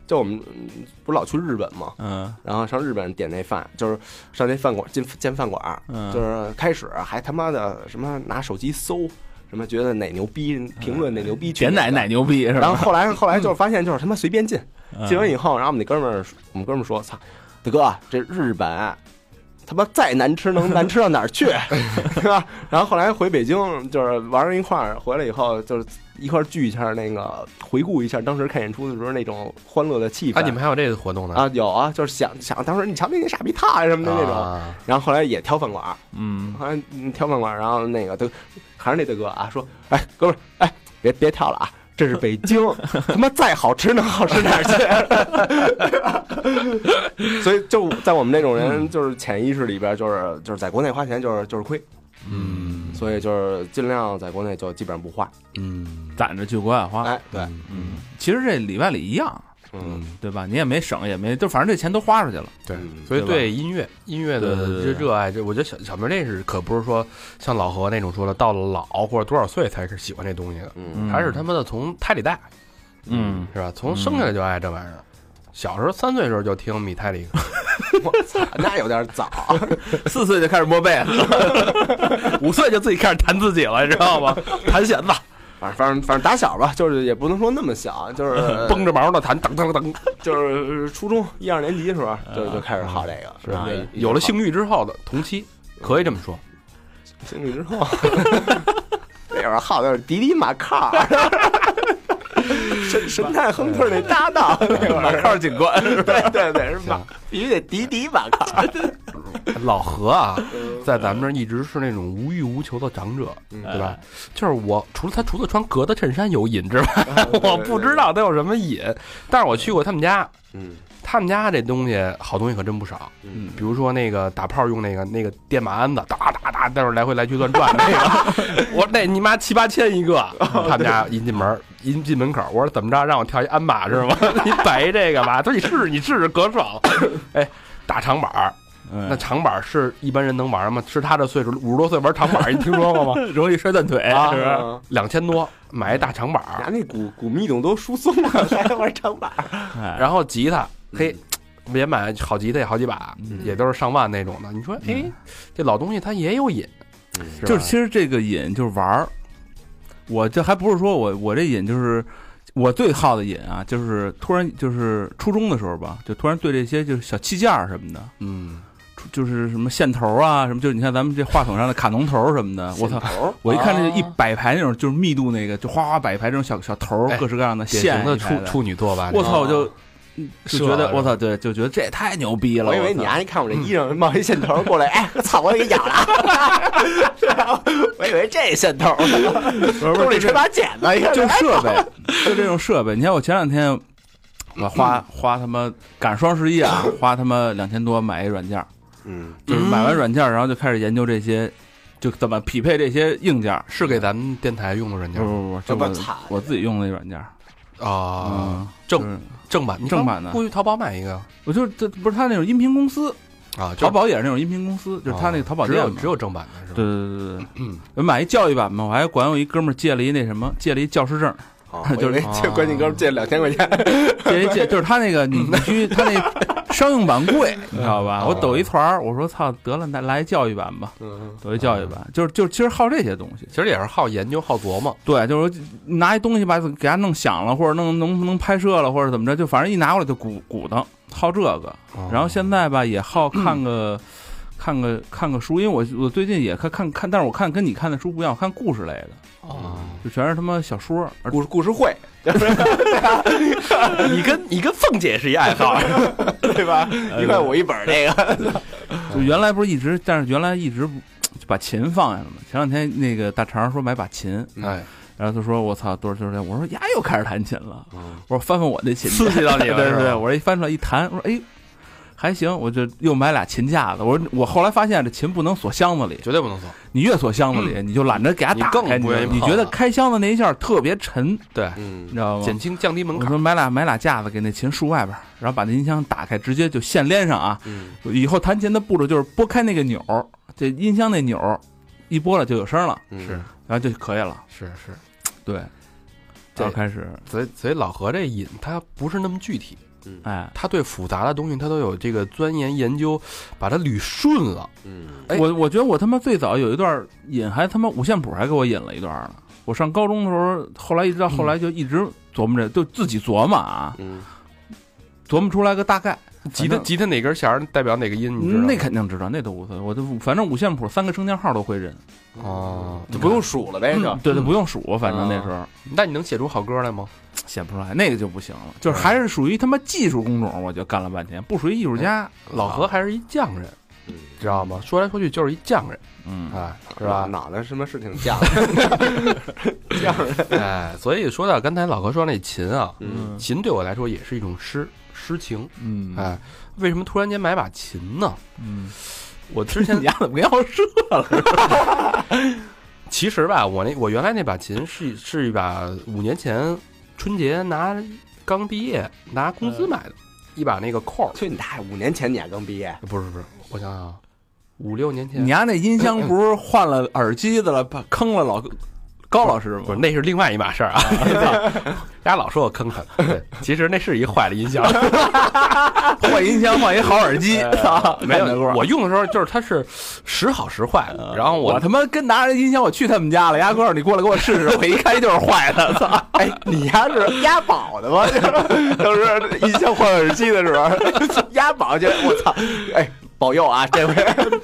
Speaker 3: 就我们嗯不是老去日本嘛，
Speaker 4: 嗯
Speaker 3: 然后上日本点那饭，就是上那饭馆进进饭馆儿，
Speaker 4: 嗯
Speaker 3: 就是开始还他妈的什么拿手机搜什么觉得哪牛逼，评论哪牛逼，
Speaker 4: 点奶
Speaker 3: 哪
Speaker 4: 奶牛逼是
Speaker 3: 然后
Speaker 4: 吧？
Speaker 3: 后来后来就是发现就是他妈随便进，
Speaker 2: 嗯
Speaker 3: 进完以后，然后我们那哥们儿我们哥们儿说：“操，大哥，这日本啊他妈再难吃能难吃到哪儿 去，是吧？”然后后来回北京就是玩儿一块儿，回来以后就是一块儿聚一下那个回顾一下当时看演出的时候那种欢乐的气氛。
Speaker 2: 啊，你们还有这个活动呢？
Speaker 3: 啊有啊，就是想想当时你瞧那些傻逼踏呀什么的那种。
Speaker 2: 啊
Speaker 3: 然后后来也挑饭馆儿，
Speaker 4: 嗯
Speaker 3: 好像嗯挑饭馆儿，然后那个都还是那大哥啊，说，哎，哥们儿，哎，别别跳了啊，这是北京，他妈再好吃能好吃哪儿去？ 所以就在我们这种人，就是潜意识里边，就是就是在国内花钱就是就是亏，
Speaker 2: 嗯
Speaker 3: 所以就是尽量在国内就基本上不花。
Speaker 2: 嗯，
Speaker 4: 攒着去国
Speaker 5: 啊
Speaker 4: 外花，
Speaker 3: 哎，对，
Speaker 4: 嗯，其实这里外里一样，
Speaker 3: 嗯，
Speaker 4: 对吧？你也没省，也没，就反正这钱都花出去了，
Speaker 2: 对
Speaker 3: 嗯，
Speaker 2: 所以
Speaker 4: 对吧
Speaker 2: 对音乐音乐
Speaker 4: 对
Speaker 2: 的
Speaker 4: 对对对
Speaker 2: 这热爱，这我觉得小小明这是可不是说像老何那种说的到了老或者多少岁才是喜欢这东西的，
Speaker 3: 嗯
Speaker 2: 还是他妈的从胎里带
Speaker 4: 嗯
Speaker 2: 是吧？从生下来就爱这玩意儿。小时候三岁的时候就听米泰里克，
Speaker 3: 我操，那有点早，
Speaker 2: 四岁就开始摸贝斯， 五岁就自己开始弹自己了，你知道吗？弹弦子，
Speaker 3: 反正反正反正打小吧，就是也不能说那么小，就是
Speaker 4: 嗯
Speaker 2: 绷着毛的弹，噔噔噔。
Speaker 3: 就是初中一二年级的时候就就开始好这个，啊是
Speaker 4: 啊
Speaker 3: 吧？一
Speaker 2: 有了
Speaker 3: 兴
Speaker 2: 性欲之后的同期，
Speaker 4: 嗯
Speaker 2: 可以这么说。
Speaker 3: 兴趣之后，那会儿好的是迪丽马卡尔，神神探亨特那搭 档，那会儿
Speaker 4: 靠警 官，
Speaker 3: 对对对，是马必须得迪迪马卡尔，
Speaker 2: 老何啊，
Speaker 3: 嗯
Speaker 2: 在咱们这儿一直是那种无欲无求的长者，对吧？就是我除了他除了穿格
Speaker 3: 嗯
Speaker 2: 子衬衫有瘾之外，我不知道他有什么瘾。但是我去过他们家，
Speaker 3: 嗯，
Speaker 2: 他们家这东西好东西可真不少，
Speaker 3: 嗯
Speaker 2: 比如说那个打炮用那个那个电马鞍子，哒哒哒，待会儿来回来去乱转那个， 我说那你妈七八千一个， 他们家一进门一进门口，我说怎么着让我跳一鞍马是吗？ 你摆一这个吧，他说你试试你试试可爽， 哎，打长板儿，那
Speaker 5: 嗯，
Speaker 2: 长板儿是一般人能玩吗？是他这岁数五十多岁玩长板儿，你听说过 吗？
Speaker 5: 容易摔断腿，
Speaker 2: 啊
Speaker 5: 是不是？
Speaker 3: 嗯
Speaker 2: 两千多买一大长板儿，
Speaker 5: 嗯
Speaker 3: 拿那骨骨密度都疏松 了，还玩长板。
Speaker 5: 哎，
Speaker 2: 然后吉他，
Speaker 3: 嗯
Speaker 2: 嘿，也买好吉他也好几把，
Speaker 5: 嗯
Speaker 2: 也都是上万那种的。你说，哎，这老东西它也有瘾，
Speaker 3: 嗯
Speaker 2: 吧
Speaker 5: 就是其实这个瘾就是玩儿，我这还不是说我我这瘾就是我最好的瘾啊，就是突然就是初中的时候吧，就突然对这些就是小器件儿什么的，
Speaker 2: 嗯，
Speaker 5: 出就是什么线头啊什么，就是你看咱们这话筒上的卡农头什么的，我操！ 我一看这一摆排那种就是密度那个，就哗哗摆一排这种小小头
Speaker 2: 哎
Speaker 5: 儿，各式各样的
Speaker 2: 典
Speaker 5: 线
Speaker 2: 型的
Speaker 5: 一
Speaker 2: 处
Speaker 5: 排的，
Speaker 2: 处女座吧。
Speaker 5: 我操！我就就
Speaker 2: 射
Speaker 5: 觉得
Speaker 2: 了
Speaker 5: 我操，对，就觉得这也太牛逼了。
Speaker 3: 我以为
Speaker 5: 操
Speaker 3: 你啊，一看我这衣裳冒一线头过来，哎，我操，我给咬 了。我以为这线头，兜里揣把剪子，一 看
Speaker 5: 就设
Speaker 2: 哎
Speaker 5: 备，就这种设备。你看我前两天，我花
Speaker 2: 嗯
Speaker 5: 花他妈赶双十一啊，花他妈两千多买一软件儿，
Speaker 3: 嗯，
Speaker 5: 就是买完软件儿，然后就开始研究这些，就怎么匹配这些硬件儿。
Speaker 2: 是给咱们电台用的软
Speaker 5: 不
Speaker 2: 件
Speaker 5: 不不，就
Speaker 3: 这么
Speaker 5: 我
Speaker 3: 惨
Speaker 5: 我自己用的那软件儿
Speaker 2: 啊，
Speaker 5: 嗯，
Speaker 2: 正
Speaker 5: 就是
Speaker 2: 正版，你
Speaker 5: 正版的
Speaker 2: 过去淘宝买一个
Speaker 5: 我就是这不是他那种音频公司，
Speaker 2: 啊，就是
Speaker 5: 淘宝也是那种音频公司，就是他那个淘宝
Speaker 2: 只
Speaker 5: 店
Speaker 2: 有
Speaker 5: 嘛
Speaker 2: 只有正版的是吧？
Speaker 5: 对对对对对，我
Speaker 2: 嗯
Speaker 5: 买一教育版嘛，我还管我一哥们儿借了一那什么，借了一教师证，
Speaker 3: 就是就关键哥们借两千块钱，
Speaker 5: 借一借，就是他那个你你去他那商用版 贵，你知道吧？我抖一团儿，我说操，得了，来来一教育版吧，
Speaker 3: 哦嗯，
Speaker 5: 抖一教育版，就是就是其实好这些东西，
Speaker 2: 其实也是好研究好琢磨，
Speaker 5: 对，就是拿一东西吧，给它弄响了，或者弄能不能拍摄了，或者怎么着，就反正一拿过来就鼓鼓捣，好这个。
Speaker 3: 哦
Speaker 5: 然后现在吧，也 好看个。看个看个书，因为我我最近也看看看，但是我看跟你看的书不一样，我看故事类的，
Speaker 2: 哦
Speaker 5: 就全是他妈小说，而
Speaker 3: 故事故事会
Speaker 2: 你跟你跟凤姐是一爱好，
Speaker 3: 对吧？一块我一本那个，
Speaker 5: 就原来不是一直，但是原来一直不就把琴放下了嘛。前两天那个大肠说买把琴，
Speaker 2: 哎，
Speaker 5: 然后他说我操多少多少钱？我说呀又开始弹琴了。我说翻翻我那琴，
Speaker 2: 嗯刺激到你
Speaker 5: 对
Speaker 2: 了
Speaker 5: 对
Speaker 2: 是吧
Speaker 5: 对，我这一翻出来一弹，我说哎还行，我就又买俩琴架子。我说我后来发现这琴不能锁箱子里，
Speaker 2: 绝对不能错，
Speaker 5: 你越锁箱子里，你就懒得给它
Speaker 2: 嗯你
Speaker 5: 打
Speaker 2: 更
Speaker 5: 开，
Speaker 2: 不
Speaker 5: 你
Speaker 2: 愿意
Speaker 5: 你
Speaker 2: 碰
Speaker 5: 觉得
Speaker 2: 了
Speaker 5: 开箱子那一下特别沉，
Speaker 2: 对，
Speaker 3: 嗯
Speaker 5: 你知道吗？
Speaker 2: 减轻降低门
Speaker 5: 我
Speaker 2: 槛。
Speaker 5: 说买俩买俩架子给那琴竖外边儿，然后把那音箱打开，直接就线连上啊。
Speaker 3: 嗯
Speaker 5: 以后弹琴的步骤就是拨开那个钮儿，这音箱那钮儿一拨了就有声了，
Speaker 2: 是
Speaker 5: 然后就可以了。
Speaker 2: 嗯是是，
Speaker 5: 对，
Speaker 2: 这
Speaker 5: 然后开始，
Speaker 2: 所以所以老何这瘾他不是那么具体，
Speaker 5: 哎，
Speaker 2: 他对复杂的东西他都有这个钻研研究，把它捋顺了。
Speaker 3: 嗯
Speaker 2: 哎
Speaker 5: 我我觉得我他妈最早有一段引还他妈五线谱还给我引了一段呢。我上高中的时候，后来一直到
Speaker 2: 嗯
Speaker 5: 后来就一直琢磨着，就自己琢磨啊，
Speaker 3: 嗯，
Speaker 5: 琢磨出来个大概。
Speaker 2: 吉
Speaker 5: 吉
Speaker 2: 他
Speaker 5: 他
Speaker 2: 吉他哪根弦儿代表哪个音，你知道吗？
Speaker 5: 那肯定知道，那都无所谓。我都反正五线谱三个声调号都会认，
Speaker 2: 哦，
Speaker 3: 就不用数了呗，
Speaker 5: 嗯
Speaker 3: 就
Speaker 5: 对
Speaker 2: 嗯
Speaker 5: 对，不用数，反正那时候
Speaker 2: 那你能写出好歌来吗？
Speaker 5: 写不出来，那个就不行了，就是还是属于他妈技术工种，我就干了半天，不属于艺术家。
Speaker 2: 嗯老何还是一匠人，知道吗？说来说去就是一匠人，
Speaker 5: 嗯，
Speaker 2: 哎，是吧？
Speaker 3: 脑袋什么是挺犟的，犟的，
Speaker 2: 哎，所以说到刚才老何说那琴啊，
Speaker 3: 嗯
Speaker 2: 琴对我来说也是一种诗诗情。
Speaker 5: 嗯
Speaker 2: 哎，为什么突然间买把琴呢？
Speaker 5: 嗯，
Speaker 2: 我之前
Speaker 5: 你丫怎么给我说？
Speaker 2: 其实吧，我那我原来那把琴是是一把五年前春节拿刚毕业拿工
Speaker 5: 嗯
Speaker 2: 资买的，一把那个扣儿，
Speaker 3: 去你大爷！五年前你还刚毕业，
Speaker 2: 不是不是，我想想啊，五六年前
Speaker 5: 你，丫那音箱不是换了耳机的了，把坑了老高老师
Speaker 2: 不是
Speaker 5: 吗？
Speaker 2: 那是另外一码事儿 啊，大家老说我坑 他，对其实那是一坏的音箱，
Speaker 5: 换音箱换一好耳机，操
Speaker 2: 啊没有
Speaker 5: 干得过嗯
Speaker 2: 我用的时候就是它是时好时坏的，然后
Speaker 5: 我
Speaker 2: 我
Speaker 5: 他妈跟拿着音箱我去他们家了，丫告诉你过来给我 试试，我一看就是坏 的，操！
Speaker 3: 哎，你丫是押宝的吗？ 就是当时音箱换耳机的时候，押宝 就我操，哎，保佑啊！这回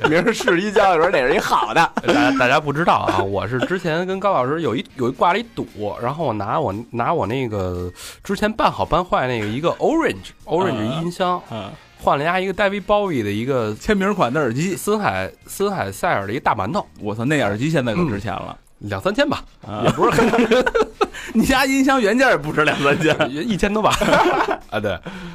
Speaker 3: 明儿试音箱的时候得是一好的，
Speaker 2: 大家大家不知道啊， 我是之前跟高老师有一有一挂了一赌，然后我拿我拿我那个之前办好办坏那个一个 Orange Orange 音箱，
Speaker 5: 嗯，
Speaker 2: 换了家一个 David Bowie 的一个
Speaker 5: 签名款的耳机，
Speaker 2: 森海森海塞尔的一个大馒头，嗯
Speaker 5: 我操，那耳机现在可值钱了，
Speaker 2: 两三千吧，
Speaker 4: 啊
Speaker 2: 也不是很
Speaker 4: 你家音箱原件也不止两三件，
Speaker 2: 也 一千多吧。啊，对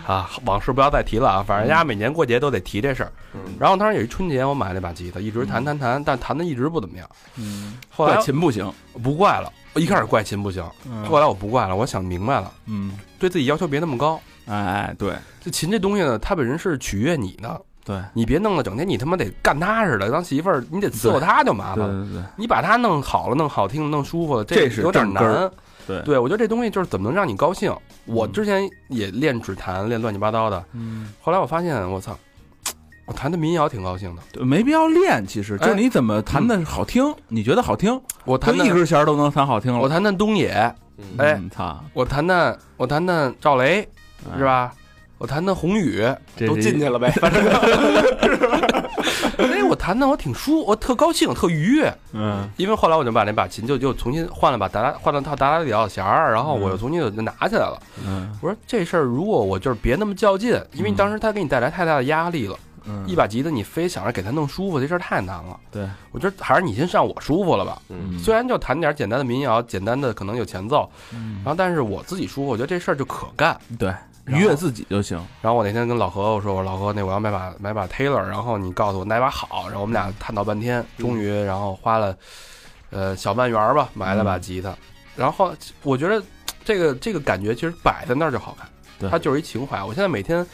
Speaker 2: 啊，往事不要再提了啊，反正人家每年过节都得提这事儿。
Speaker 4: 嗯
Speaker 2: 然后当时有一春节，我买了把吉他，一直弹弹弹，但弹的一直不怎么样。
Speaker 4: 嗯，
Speaker 2: 后来
Speaker 4: 琴不行，
Speaker 2: 不怪了，我一开始怪琴不行，后来我不怪了，我想明白了，
Speaker 4: 嗯，
Speaker 2: 对自己要求别那么高。
Speaker 5: 嗯
Speaker 4: 哎哎，对
Speaker 2: 这琴这东西呢，它本身是取悦你的，
Speaker 4: 对
Speaker 2: 你别弄了，整天你他妈得干他似的，当媳妇儿你得伺候她就麻
Speaker 4: 对
Speaker 2: 烦了。
Speaker 4: 对对，
Speaker 2: 你把它弄好了、弄好听了、弄舒服了，
Speaker 1: 这是
Speaker 2: 有点
Speaker 1: 正根儿
Speaker 2: 难。
Speaker 4: 对
Speaker 2: 对，我觉得这东西就是怎么能让你高兴。我
Speaker 4: 嗯
Speaker 2: 之前也练指弹，练乱七八糟的，
Speaker 4: 嗯，
Speaker 2: 后来我发现，我操，我弹的民谣挺高兴的，
Speaker 4: 对没必要练，其实
Speaker 2: 哎
Speaker 4: 就是你怎么弹的好听，你觉得好听，
Speaker 2: 我
Speaker 4: 就
Speaker 2: 弹的
Speaker 4: 一根弦儿都能弹好听了。
Speaker 2: 我弹的东野，
Speaker 3: 嗯
Speaker 2: 哎
Speaker 4: 嗯，操，
Speaker 2: 我弹的我弹的赵雷，
Speaker 4: 哎
Speaker 2: 是？吧？我弹的宏宇，
Speaker 4: 这
Speaker 3: 都
Speaker 4: 是一
Speaker 3: 进去 了呗，反正
Speaker 2: 哎，我弹的我挺舒，我特高兴，特愉悦。
Speaker 4: 嗯
Speaker 2: 因为后来我就把那把琴就就重新换了把达拉换了套达拉里奥弦儿，然后我又重新又拿起来了。
Speaker 4: 嗯
Speaker 2: 我说这事儿如果我就是别那么较劲，因为当时他给你带来太大的压力了。
Speaker 4: 嗯，
Speaker 2: 一把吉他你非想着给他弄舒服，这事儿太难了。
Speaker 4: 对，
Speaker 2: 我觉得还是你先让我舒服了吧。
Speaker 4: 嗯
Speaker 2: 虽然就弹点简单的民谣，简单的可能有前奏，
Speaker 4: 嗯
Speaker 2: 然后但是我自己舒服，我觉得这事儿就可干。
Speaker 4: 对
Speaker 2: 后
Speaker 4: 愉悦自己就行。
Speaker 2: 然后我那天跟老何我说，我说老何，那我要买把买把 Taylor，然后你告诉我哪把好，然后我们俩探讨半天，
Speaker 4: 嗯
Speaker 2: 终于然后花了呃小万元吧买了把吉他，
Speaker 4: 嗯
Speaker 2: 然后我觉得这个这个感觉其实摆在那儿就好看，
Speaker 4: 对
Speaker 2: 它就是一情怀。我现在每天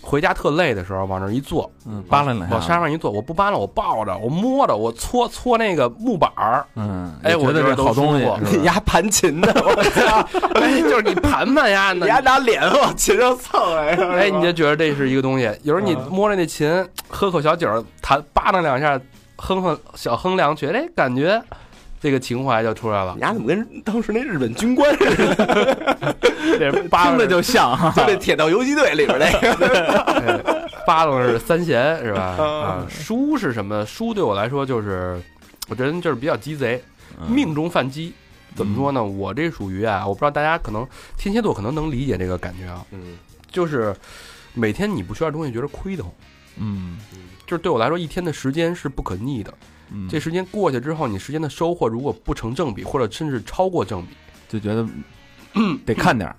Speaker 2: 回家特累的时候，往那儿一坐，
Speaker 4: 嗯，扒拉两下，
Speaker 2: 往沙发上一坐，我不扒拉，我抱着，我摸着，我搓搓那个木板儿，
Speaker 4: 嗯，
Speaker 2: 哎
Speaker 4: 也觉
Speaker 2: 我
Speaker 4: 得
Speaker 2: 觉得
Speaker 4: 这
Speaker 2: 都
Speaker 4: 好东西
Speaker 2: 舒服
Speaker 4: 是吧
Speaker 3: 你丫盘琴呢，我
Speaker 2: 哎，就是你盘盘呀，
Speaker 3: 你
Speaker 2: 那
Speaker 3: 丫拿脸往琴上蹭啊来 着，
Speaker 2: 哎，你就觉得这是一个东西。有时候你
Speaker 3: 嗯
Speaker 2: 摸着那琴，喝口小酒儿，弹吧嗒两下，哼哼小哼两曲，哎，感觉这个情怀就出来了
Speaker 3: 你。丫怎么跟当时那日本军官似的，
Speaker 2: 这
Speaker 4: 听着就像 哈，
Speaker 3: 就那铁道游击队里边那个，
Speaker 2: 八楞哎是三弦是吧？
Speaker 3: 嗯
Speaker 2: 啊，书是什么？书对我来说就是，我这人就是比较鸡贼，
Speaker 4: 嗯
Speaker 3: 嗯
Speaker 2: 命中犯鸡。怎么说呢？我这属于啊，我不知道大家可能天蝎座可能能理解这个感觉啊，
Speaker 3: 嗯
Speaker 2: 就是每天你不学点东西觉得亏的慌，
Speaker 4: 嗯，
Speaker 2: 就是对我来说一天的时间是不可逆的。
Speaker 4: 嗯，
Speaker 2: 这时间过去之后，你时间的收获如果不成正比，或者甚至超过正比，
Speaker 4: 就觉得 得看点儿，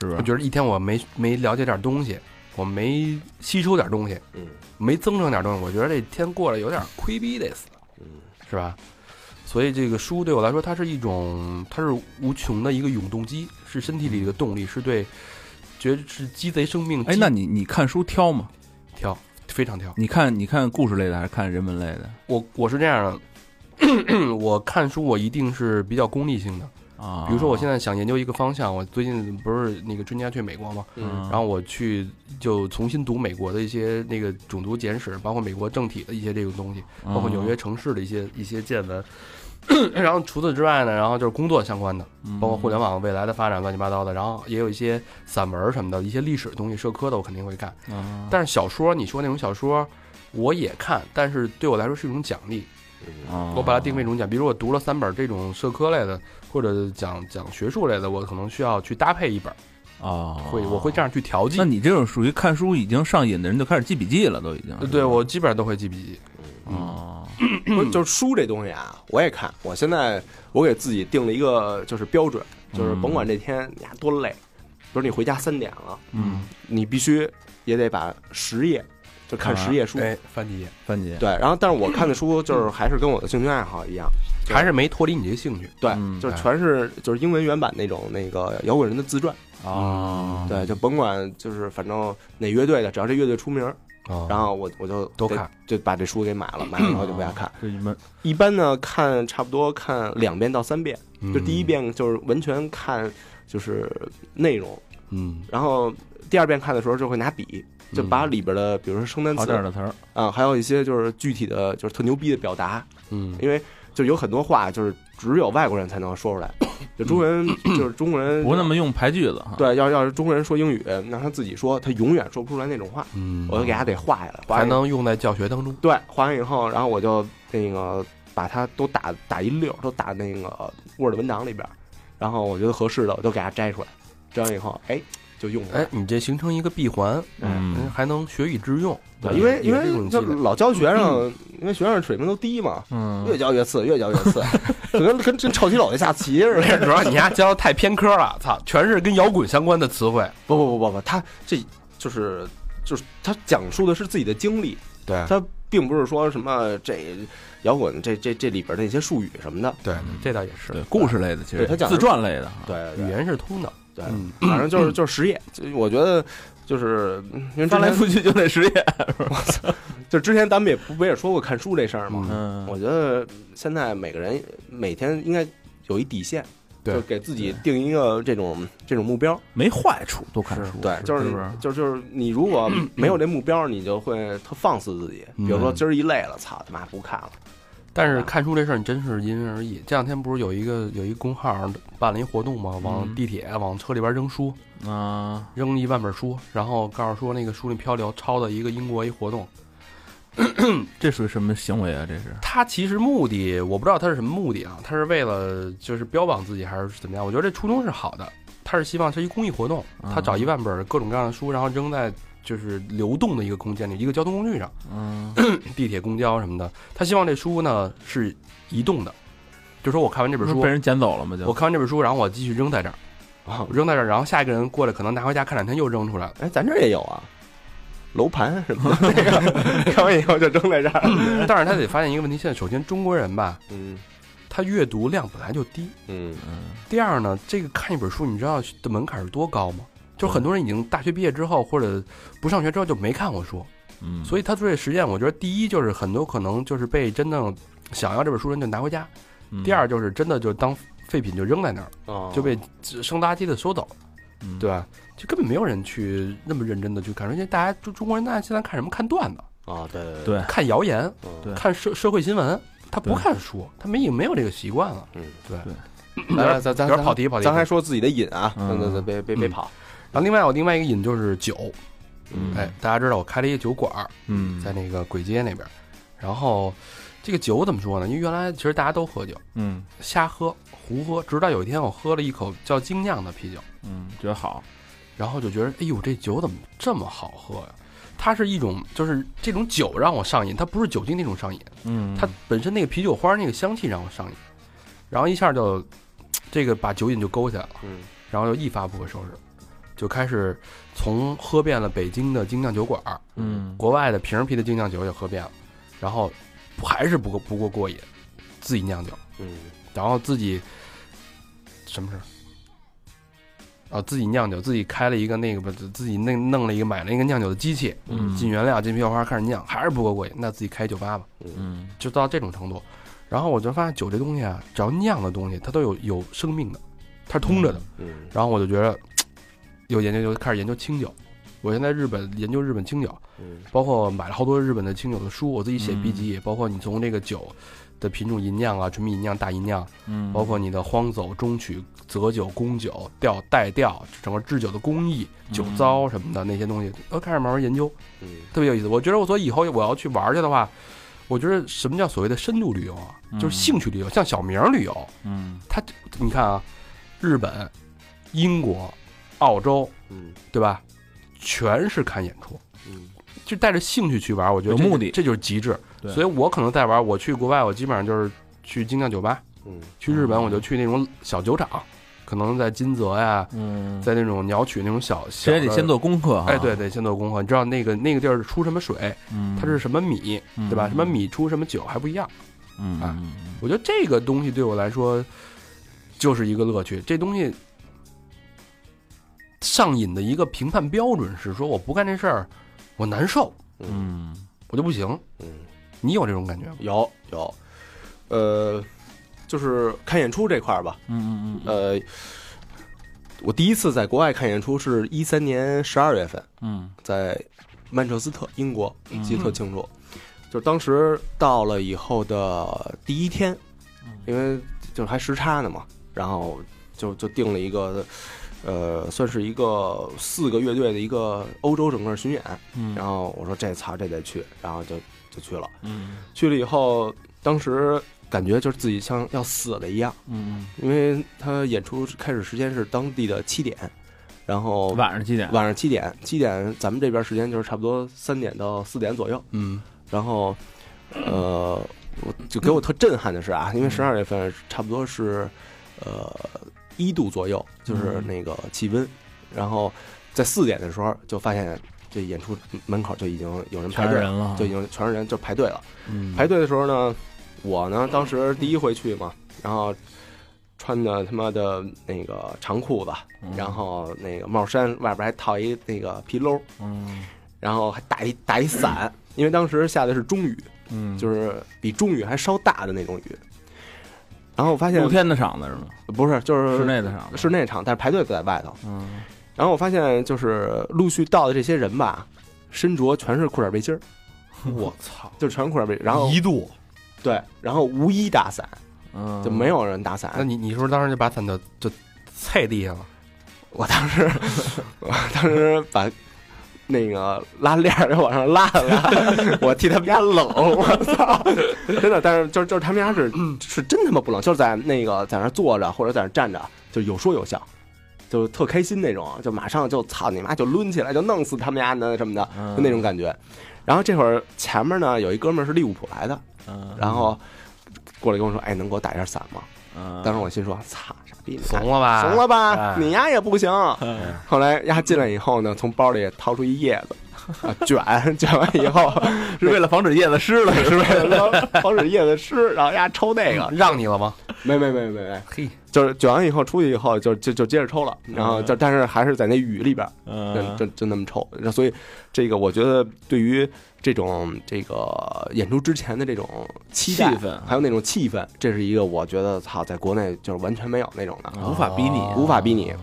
Speaker 4: 是不
Speaker 2: 我
Speaker 4: 是？
Speaker 2: 觉得一天我没没了解点东西，我没吸收点东西，
Speaker 3: 嗯
Speaker 2: 没增长点东西，我觉得这天过得有点亏逼得死，
Speaker 3: 嗯
Speaker 2: 是吧？所以这个书对我来说，它是一种，它是无穷的一个永动机，是身体里的动力，是对，觉得是鸡贼生命。
Speaker 4: 哎，那你你看书挑吗？
Speaker 2: 挑非常挑，
Speaker 4: 你看你看故事类的还是看人文类的
Speaker 2: 我我是这样的， 我看书我一定是比较功利性的，
Speaker 4: 啊？
Speaker 2: 比如说我现
Speaker 4: 在，
Speaker 2: 在想研究一个方向，我最近不是那个春节去美国吗？
Speaker 5: 啊
Speaker 3: 嗯
Speaker 2: 然后我去就重新读美国的一些那个种族简史，包括美国政体的一些这个东西，
Speaker 5: 啊
Speaker 2: 包括纽约，城市的一些一些见闻。 然后除此之外呢，然后就是工作相关的，
Speaker 4: 嗯
Speaker 5: 嗯
Speaker 2: 包括互联网未来的发展乱七八糟的，然后也有一些散文儿什么的，一些历史东西、社科的我肯定会
Speaker 5: 啊
Speaker 2: 看。
Speaker 4: 网
Speaker 2: 但是小说，你说那种小说。我也看，但是对我来说是一种奖励。
Speaker 4: 嗯
Speaker 2: 我把它定位成奖，比如我读了三本这种社科类的，或者讲讲学术类的，我可能需要去搭配一本，
Speaker 4: 啊，
Speaker 2: 会我会这样去调剂
Speaker 4: 那。你这种属于看书已经上瘾的人，就开始记笔记了，都已经。
Speaker 2: 对我基本上都会记笔记。
Speaker 4: 啊，
Speaker 3: 不是就是书这东西啊，我也看。我现在我给自己定了一个就是标准，就是甭管这天呀多累，比如你回家三点了，
Speaker 4: 嗯，
Speaker 3: 你必须也得把十页就看十页书。
Speaker 2: 哎，翻几页，
Speaker 4: 范姐，
Speaker 3: 对，然后但是我看的书就是还是跟我的兴趣爱好一样，对
Speaker 2: 还是没脱离你这个兴趣。
Speaker 3: 对，
Speaker 4: 嗯
Speaker 3: 就是全是就是英文原版那种那个摇滚人的自传，
Speaker 1: 嗯
Speaker 4: 啊，
Speaker 3: 对，就甭管就是反正哪乐队的，只要这乐队出名，
Speaker 4: 哦
Speaker 3: 然后我我就
Speaker 2: 都
Speaker 3: 得
Speaker 2: 看，
Speaker 3: 就把这书给买了，买了以后就回家看。
Speaker 4: 这你们
Speaker 3: 一般呢看差不多看两遍到三遍。
Speaker 2: 嗯
Speaker 3: 就第一，遍就是完全看就是内容，
Speaker 2: 嗯，
Speaker 3: 然后第二遍看的时候就会拿笔，就把里边的，比如说生单
Speaker 4: 嗯好
Speaker 3: 词
Speaker 4: 点儿
Speaker 3: 啊、
Speaker 4: 的词儿，
Speaker 3: 还有一些就是具体的，就是特牛逼的表达，
Speaker 2: 嗯
Speaker 3: 因为就有很多话就是只有外国人才能说 出来，就中国人就是中国人
Speaker 4: 不那么用排句子哈。
Speaker 3: 对，要要是中国人说英语，让他自己说，他永远说不出来那种话，
Speaker 2: 嗯，
Speaker 3: 我就给他得画下来，画
Speaker 2: 还
Speaker 3: 完以后
Speaker 2: 能用在教学当中。
Speaker 3: 对，画完以后，然后我就那个把它都打打一溜儿，都打那个 Word 文档里边儿，然后我觉得合适的我就给它摘出来，摘完以后，哎，就用上。
Speaker 2: 哎，你这形成一个闭环，
Speaker 4: 嗯
Speaker 2: 还能学以致用。
Speaker 3: 对，因为因
Speaker 2: 也是一
Speaker 3: 为
Speaker 2: 种
Speaker 3: 就
Speaker 2: 积累
Speaker 3: 嗯老教学生，因为学生水平都低嘛，
Speaker 4: 嗯
Speaker 3: 越教越次，越教越次。就跟跟跟臭棋篓子下棋似的。
Speaker 2: 主要你丫教的太偏科了，操，全是跟摇滚相关的词汇。
Speaker 3: 不不不不不，他这就是就是他讲述的是自己的经历，
Speaker 1: 对
Speaker 3: 他并不是说什么这摇滚这这这里边的一些术语什么的。
Speaker 1: 对，
Speaker 2: 这倒也是
Speaker 4: 对，故事类的，其
Speaker 3: 对
Speaker 4: 实
Speaker 3: 他讲的
Speaker 4: 自传类的，
Speaker 3: 对对
Speaker 2: 语言是通的。
Speaker 3: 对，
Speaker 4: 嗯
Speaker 3: 反正就是就是实业，就我觉得就是嗯因为之
Speaker 4: 翻来
Speaker 3: 前
Speaker 4: 覆去就得 实验。
Speaker 3: 就之前咱们也不不也说过看书这事儿嘛。
Speaker 4: 嗯
Speaker 3: 我觉得现在每个人每天应该有一底线，
Speaker 1: 对
Speaker 3: 就给自己定一个这种这种目标。
Speaker 4: 没坏处，多看书。
Speaker 3: 对，就是是
Speaker 4: 不是嗯
Speaker 3: 就是就是你如果没有这目标，你就会特放肆自己。比如说今儿一累了，操他妈不看了。
Speaker 2: 但是看书这事儿，你真是因人而异。这两天不是有一个有一公号办了一活动吗？往
Speaker 4: 嗯
Speaker 2: 地铁、往车里边扔书，
Speaker 4: 啊，
Speaker 2: 扔一万本书，然后告诉说那个书那漂流，抄的一个英国一活动。
Speaker 4: 这属于什么行为啊？这是
Speaker 2: 他其实目的我不知道他是什么目的啊，他是为了就是标榜自己还是怎么样？我觉得这初衷是好的，他是希望是一公益活动，
Speaker 4: 嗯
Speaker 2: 他找一万本各种各样的书，然后扔在就是流动的一个空间里，一个交通工具上，
Speaker 4: 嗯，
Speaker 2: 地铁、公交什么的。他希望这书呢是移动的，就说我看完这本书
Speaker 4: 被，人捡走了吗？就
Speaker 2: 我看完这本书，然后我继续扔在这儿，
Speaker 4: 哦
Speaker 3: 啊
Speaker 2: 我扔在这儿，然后下一个人过来可能拿回家看两天又扔出来了。
Speaker 3: 哎，咱这儿也有啊，楼盘什么的， 那个看完以后就扔在这儿。
Speaker 2: 但是他得发现一个问题，现在首先中国人吧，
Speaker 3: 嗯
Speaker 2: 他阅读量本来就低，
Speaker 3: 嗯，
Speaker 4: 嗯
Speaker 2: 第二呢，这个看一本书，你知道的门槛是多高吗？就是很多人已经大学毕业之后，或者不上学之后就没看过书，
Speaker 4: 嗯，
Speaker 2: 所
Speaker 4: 以
Speaker 2: 以他做这实践，我觉得第一就是很多可能就是被真正想要这本书人就拿回家，
Speaker 5: 嗯
Speaker 4: 嗯
Speaker 2: 第二就是真的就当废品就扔在那儿，
Speaker 3: 哦
Speaker 2: 就被生垃圾的收走，
Speaker 4: 嗯
Speaker 2: 对吧？就根本没有人去那么认真的去看，而且大家中中国人大家现在看什么？看段子，
Speaker 3: 啊，对对
Speaker 4: 对
Speaker 2: 看谣言，
Speaker 3: 嗯
Speaker 4: 对
Speaker 2: 看社社会新闻，他不
Speaker 4: 对
Speaker 2: 看书，他没有没有这个习惯了。
Speaker 3: 嗯，
Speaker 2: 对
Speaker 4: 对
Speaker 2: 来
Speaker 3: 咱咱咱
Speaker 2: 有点跑题跑题
Speaker 3: 咱还说自己的瘾啊，
Speaker 4: 嗯
Speaker 3: 咱咱咱别别别
Speaker 2: 嗯
Speaker 3: 跑。
Speaker 2: 然后另外我另外一个瘾就是酒，
Speaker 4: 嗯
Speaker 2: 哎，大家知道我开了一个酒馆儿，
Speaker 4: 嗯
Speaker 2: 在那个簋街那边儿。然后这个酒怎么说呢？因为原来其实大家都喝酒，
Speaker 4: 嗯
Speaker 2: 瞎喝、胡喝，直到有一天我喝了一口叫精酿的啤酒，
Speaker 4: 嗯觉得好，
Speaker 2: 然后就觉得，哎呦，这酒怎么这么好喝呀？它是一种，就是这种酒让我上瘾，它不是酒精那种上瘾，
Speaker 4: 嗯
Speaker 2: 它本身那个啤酒花那个香气让我上瘾，然后一下就这个把酒瘾就勾起来了。
Speaker 3: 嗯
Speaker 2: 然后就一发不可收拾，就开始从喝遍了北京的精酿酒馆，
Speaker 4: 嗯
Speaker 2: 国外的瓶啤的精酿酒也喝遍了，然后不还是不够不过过瘾，自己酿酒，
Speaker 3: 嗯
Speaker 2: 然后自己什么事儿？啊，自己酿酒，自己开了一个那个不，自己那弄了一个买了一个酿酒的机器，
Speaker 4: 嗯
Speaker 2: 进原料进啤酒花开始酿，还是不够过瘾，那自己开酒吧吧，
Speaker 3: 嗯
Speaker 4: 嗯
Speaker 2: 就到这种程度。然后我就发现酒这东西啊，只要酿的东西，它都有有生命的，它是通着的。
Speaker 3: 嗯
Speaker 2: 然后我就觉得有研究就开始研究清酒。我现在日本研究日本清酒，
Speaker 3: 嗯
Speaker 2: 包括买了好多日本的清酒的书，我自己写笔记，包括你从这个酒的品种吟酿啊，纯米吟酿、大吟酿，
Speaker 4: 嗯
Speaker 2: 包括你的荒走、中曲、择酒、供酒、调带调，整个制酒的工艺、酒糟什么的那些东西，都开始慢慢研究，
Speaker 3: 嗯
Speaker 2: 特别有意思。我觉得我所以以后我要去玩去的话，我觉得什么叫所谓的深度旅游啊，就是兴趣旅游，像小明儿旅游，
Speaker 4: 嗯
Speaker 2: 他你看啊，日本、英国、澳洲，
Speaker 3: 嗯
Speaker 2: 对吧？全是看演出，
Speaker 3: 嗯
Speaker 2: 就带着兴趣去玩，我觉得
Speaker 4: 有
Speaker 2: 这
Speaker 4: 目的
Speaker 2: 这就是极致。
Speaker 4: 对
Speaker 2: 所以我可能在玩，我去国外，我基本上就是去精酿酒吧，
Speaker 3: 嗯
Speaker 2: 去日本
Speaker 4: 嗯
Speaker 2: 我就去那种小酒厂，可能在金泽呀，
Speaker 4: 嗯，
Speaker 2: 在那种鸟取那种小小
Speaker 4: 谁
Speaker 2: 的。
Speaker 4: 也得先。做功课，
Speaker 2: 哎，对，对，先做功课。你知道那个那个地儿出什么水，
Speaker 4: 嗯，
Speaker 2: 它是什么米，
Speaker 5: 嗯
Speaker 2: 对吧？什么米出什么酒还不一样。
Speaker 4: 嗯
Speaker 2: 啊我觉得这个东西对我来说就是一个乐趣。这东西上瘾的一个评判标准是说，我不干这事儿，我难受，
Speaker 3: 嗯
Speaker 4: 嗯
Speaker 2: 我就不行。
Speaker 3: 嗯。
Speaker 2: 你有这种感觉吗？
Speaker 3: 有有，呃，就是看演出这块儿吧，
Speaker 4: 嗯嗯嗯
Speaker 3: 呃，我第一次在国外看演出是一三年十二月份，
Speaker 4: 嗯
Speaker 3: 在曼彻斯特，英国，记得特清楚。就是当时到了以后的第一天，因为就是还时差呢嘛，然后就就定了一个，呃，算是一个四个乐队的一个欧洲整个巡演。
Speaker 4: 嗯，
Speaker 3: 然后我说这操这得去，然后就就去了。
Speaker 4: 嗯
Speaker 3: 去了以后，当时感觉就是自己像要死了一样，
Speaker 4: 嗯，
Speaker 3: 因为他演出开始时间是当地的七点，然后
Speaker 4: 晚上几点？
Speaker 3: 哦晚上七点，七点咱
Speaker 5: 嗯
Speaker 3: 们这边时间就是差不多三点到四点左右，
Speaker 2: 嗯，
Speaker 3: 然后呃，我就给我特震撼的是啊，因为十二月份差不多是呃一度左右，
Speaker 5: 嗯
Speaker 3: 就是那个气温，然后在四点的时候就发现这演出门口就已经有人排
Speaker 5: 全是
Speaker 3: 队
Speaker 5: 人了，
Speaker 3: 就已经全是人就排队了。
Speaker 5: 嗯
Speaker 3: 排队的时候呢，我呢当时第一回去嘛，然后穿的他妈的那个长裤子，
Speaker 5: 嗯
Speaker 3: 然后那个帽衫外边还套一那个皮褛，
Speaker 5: 嗯
Speaker 3: 然后还打一打一伞，因为当时下的是中雨，
Speaker 5: 嗯，
Speaker 3: 就是比中雨还稍大的那种雨。然后我发现
Speaker 5: 露天的场子是吗？
Speaker 3: 不是，就是
Speaker 5: 室内的场子，
Speaker 3: 室内呃场，但是排队在外头。
Speaker 5: 嗯
Speaker 3: 然后我发现就是陆续到的这些人吧，身着全是裤 衩背心儿，
Speaker 2: 我操，
Speaker 3: 就全是裤衩背，然后
Speaker 5: 一度，
Speaker 3: 对，然后无一打伞，
Speaker 5: 嗯，
Speaker 3: 就没有人打伞。
Speaker 2: 那你你是不是当时就把伞就就踩地下了？
Speaker 3: 我当时，我当时把那个拉链儿往上拉了 拉，我替他们家冷，我操！真的，但是就是就是他们家是
Speaker 2: 嗯
Speaker 3: 是真他妈不冷，就是在那个在那儿坐着或者在那儿站着，就有说有笑，就特开心那种，啊就马上就操你妈就抡起来就弄死他们家那什么的，
Speaker 5: 嗯
Speaker 3: 就那种感觉。然后这会儿前面呢有一哥们儿是利物浦来的，
Speaker 5: 嗯，
Speaker 3: 然后过来跟我说：“哎，能给我打一下伞吗？”
Speaker 5: 嗯，
Speaker 3: 当时我心说：“操，傻逼，你
Speaker 2: 怂了吧？
Speaker 3: 怂了吧
Speaker 2: 哎？
Speaker 3: 你丫也不行。
Speaker 5: 嗯
Speaker 3: 后来丫进来以后呢，从包里掏出一叶子，啊、 卷卷完以后，
Speaker 5: 是为了防止叶子湿了，
Speaker 3: 是为了防防止叶子湿，然后丫抽那 个，
Speaker 2: 哎让你了吗？
Speaker 3: 没没没没没，
Speaker 2: 嘿，
Speaker 3: 就是卷完以后出去以后就就就接着抽了，然后就但是还是在那雨里边，就
Speaker 5: 嗯，
Speaker 3: 就就那么抽。然后所以这个我觉得对于这种这个演出之前的这种期待
Speaker 5: 气氛
Speaker 3: 还有那种气氛，这是一个我觉得操，在国内就是完全没有那种的，
Speaker 5: 嗯
Speaker 3: 啊
Speaker 5: 无法啊比拟
Speaker 3: 哦无法比拟。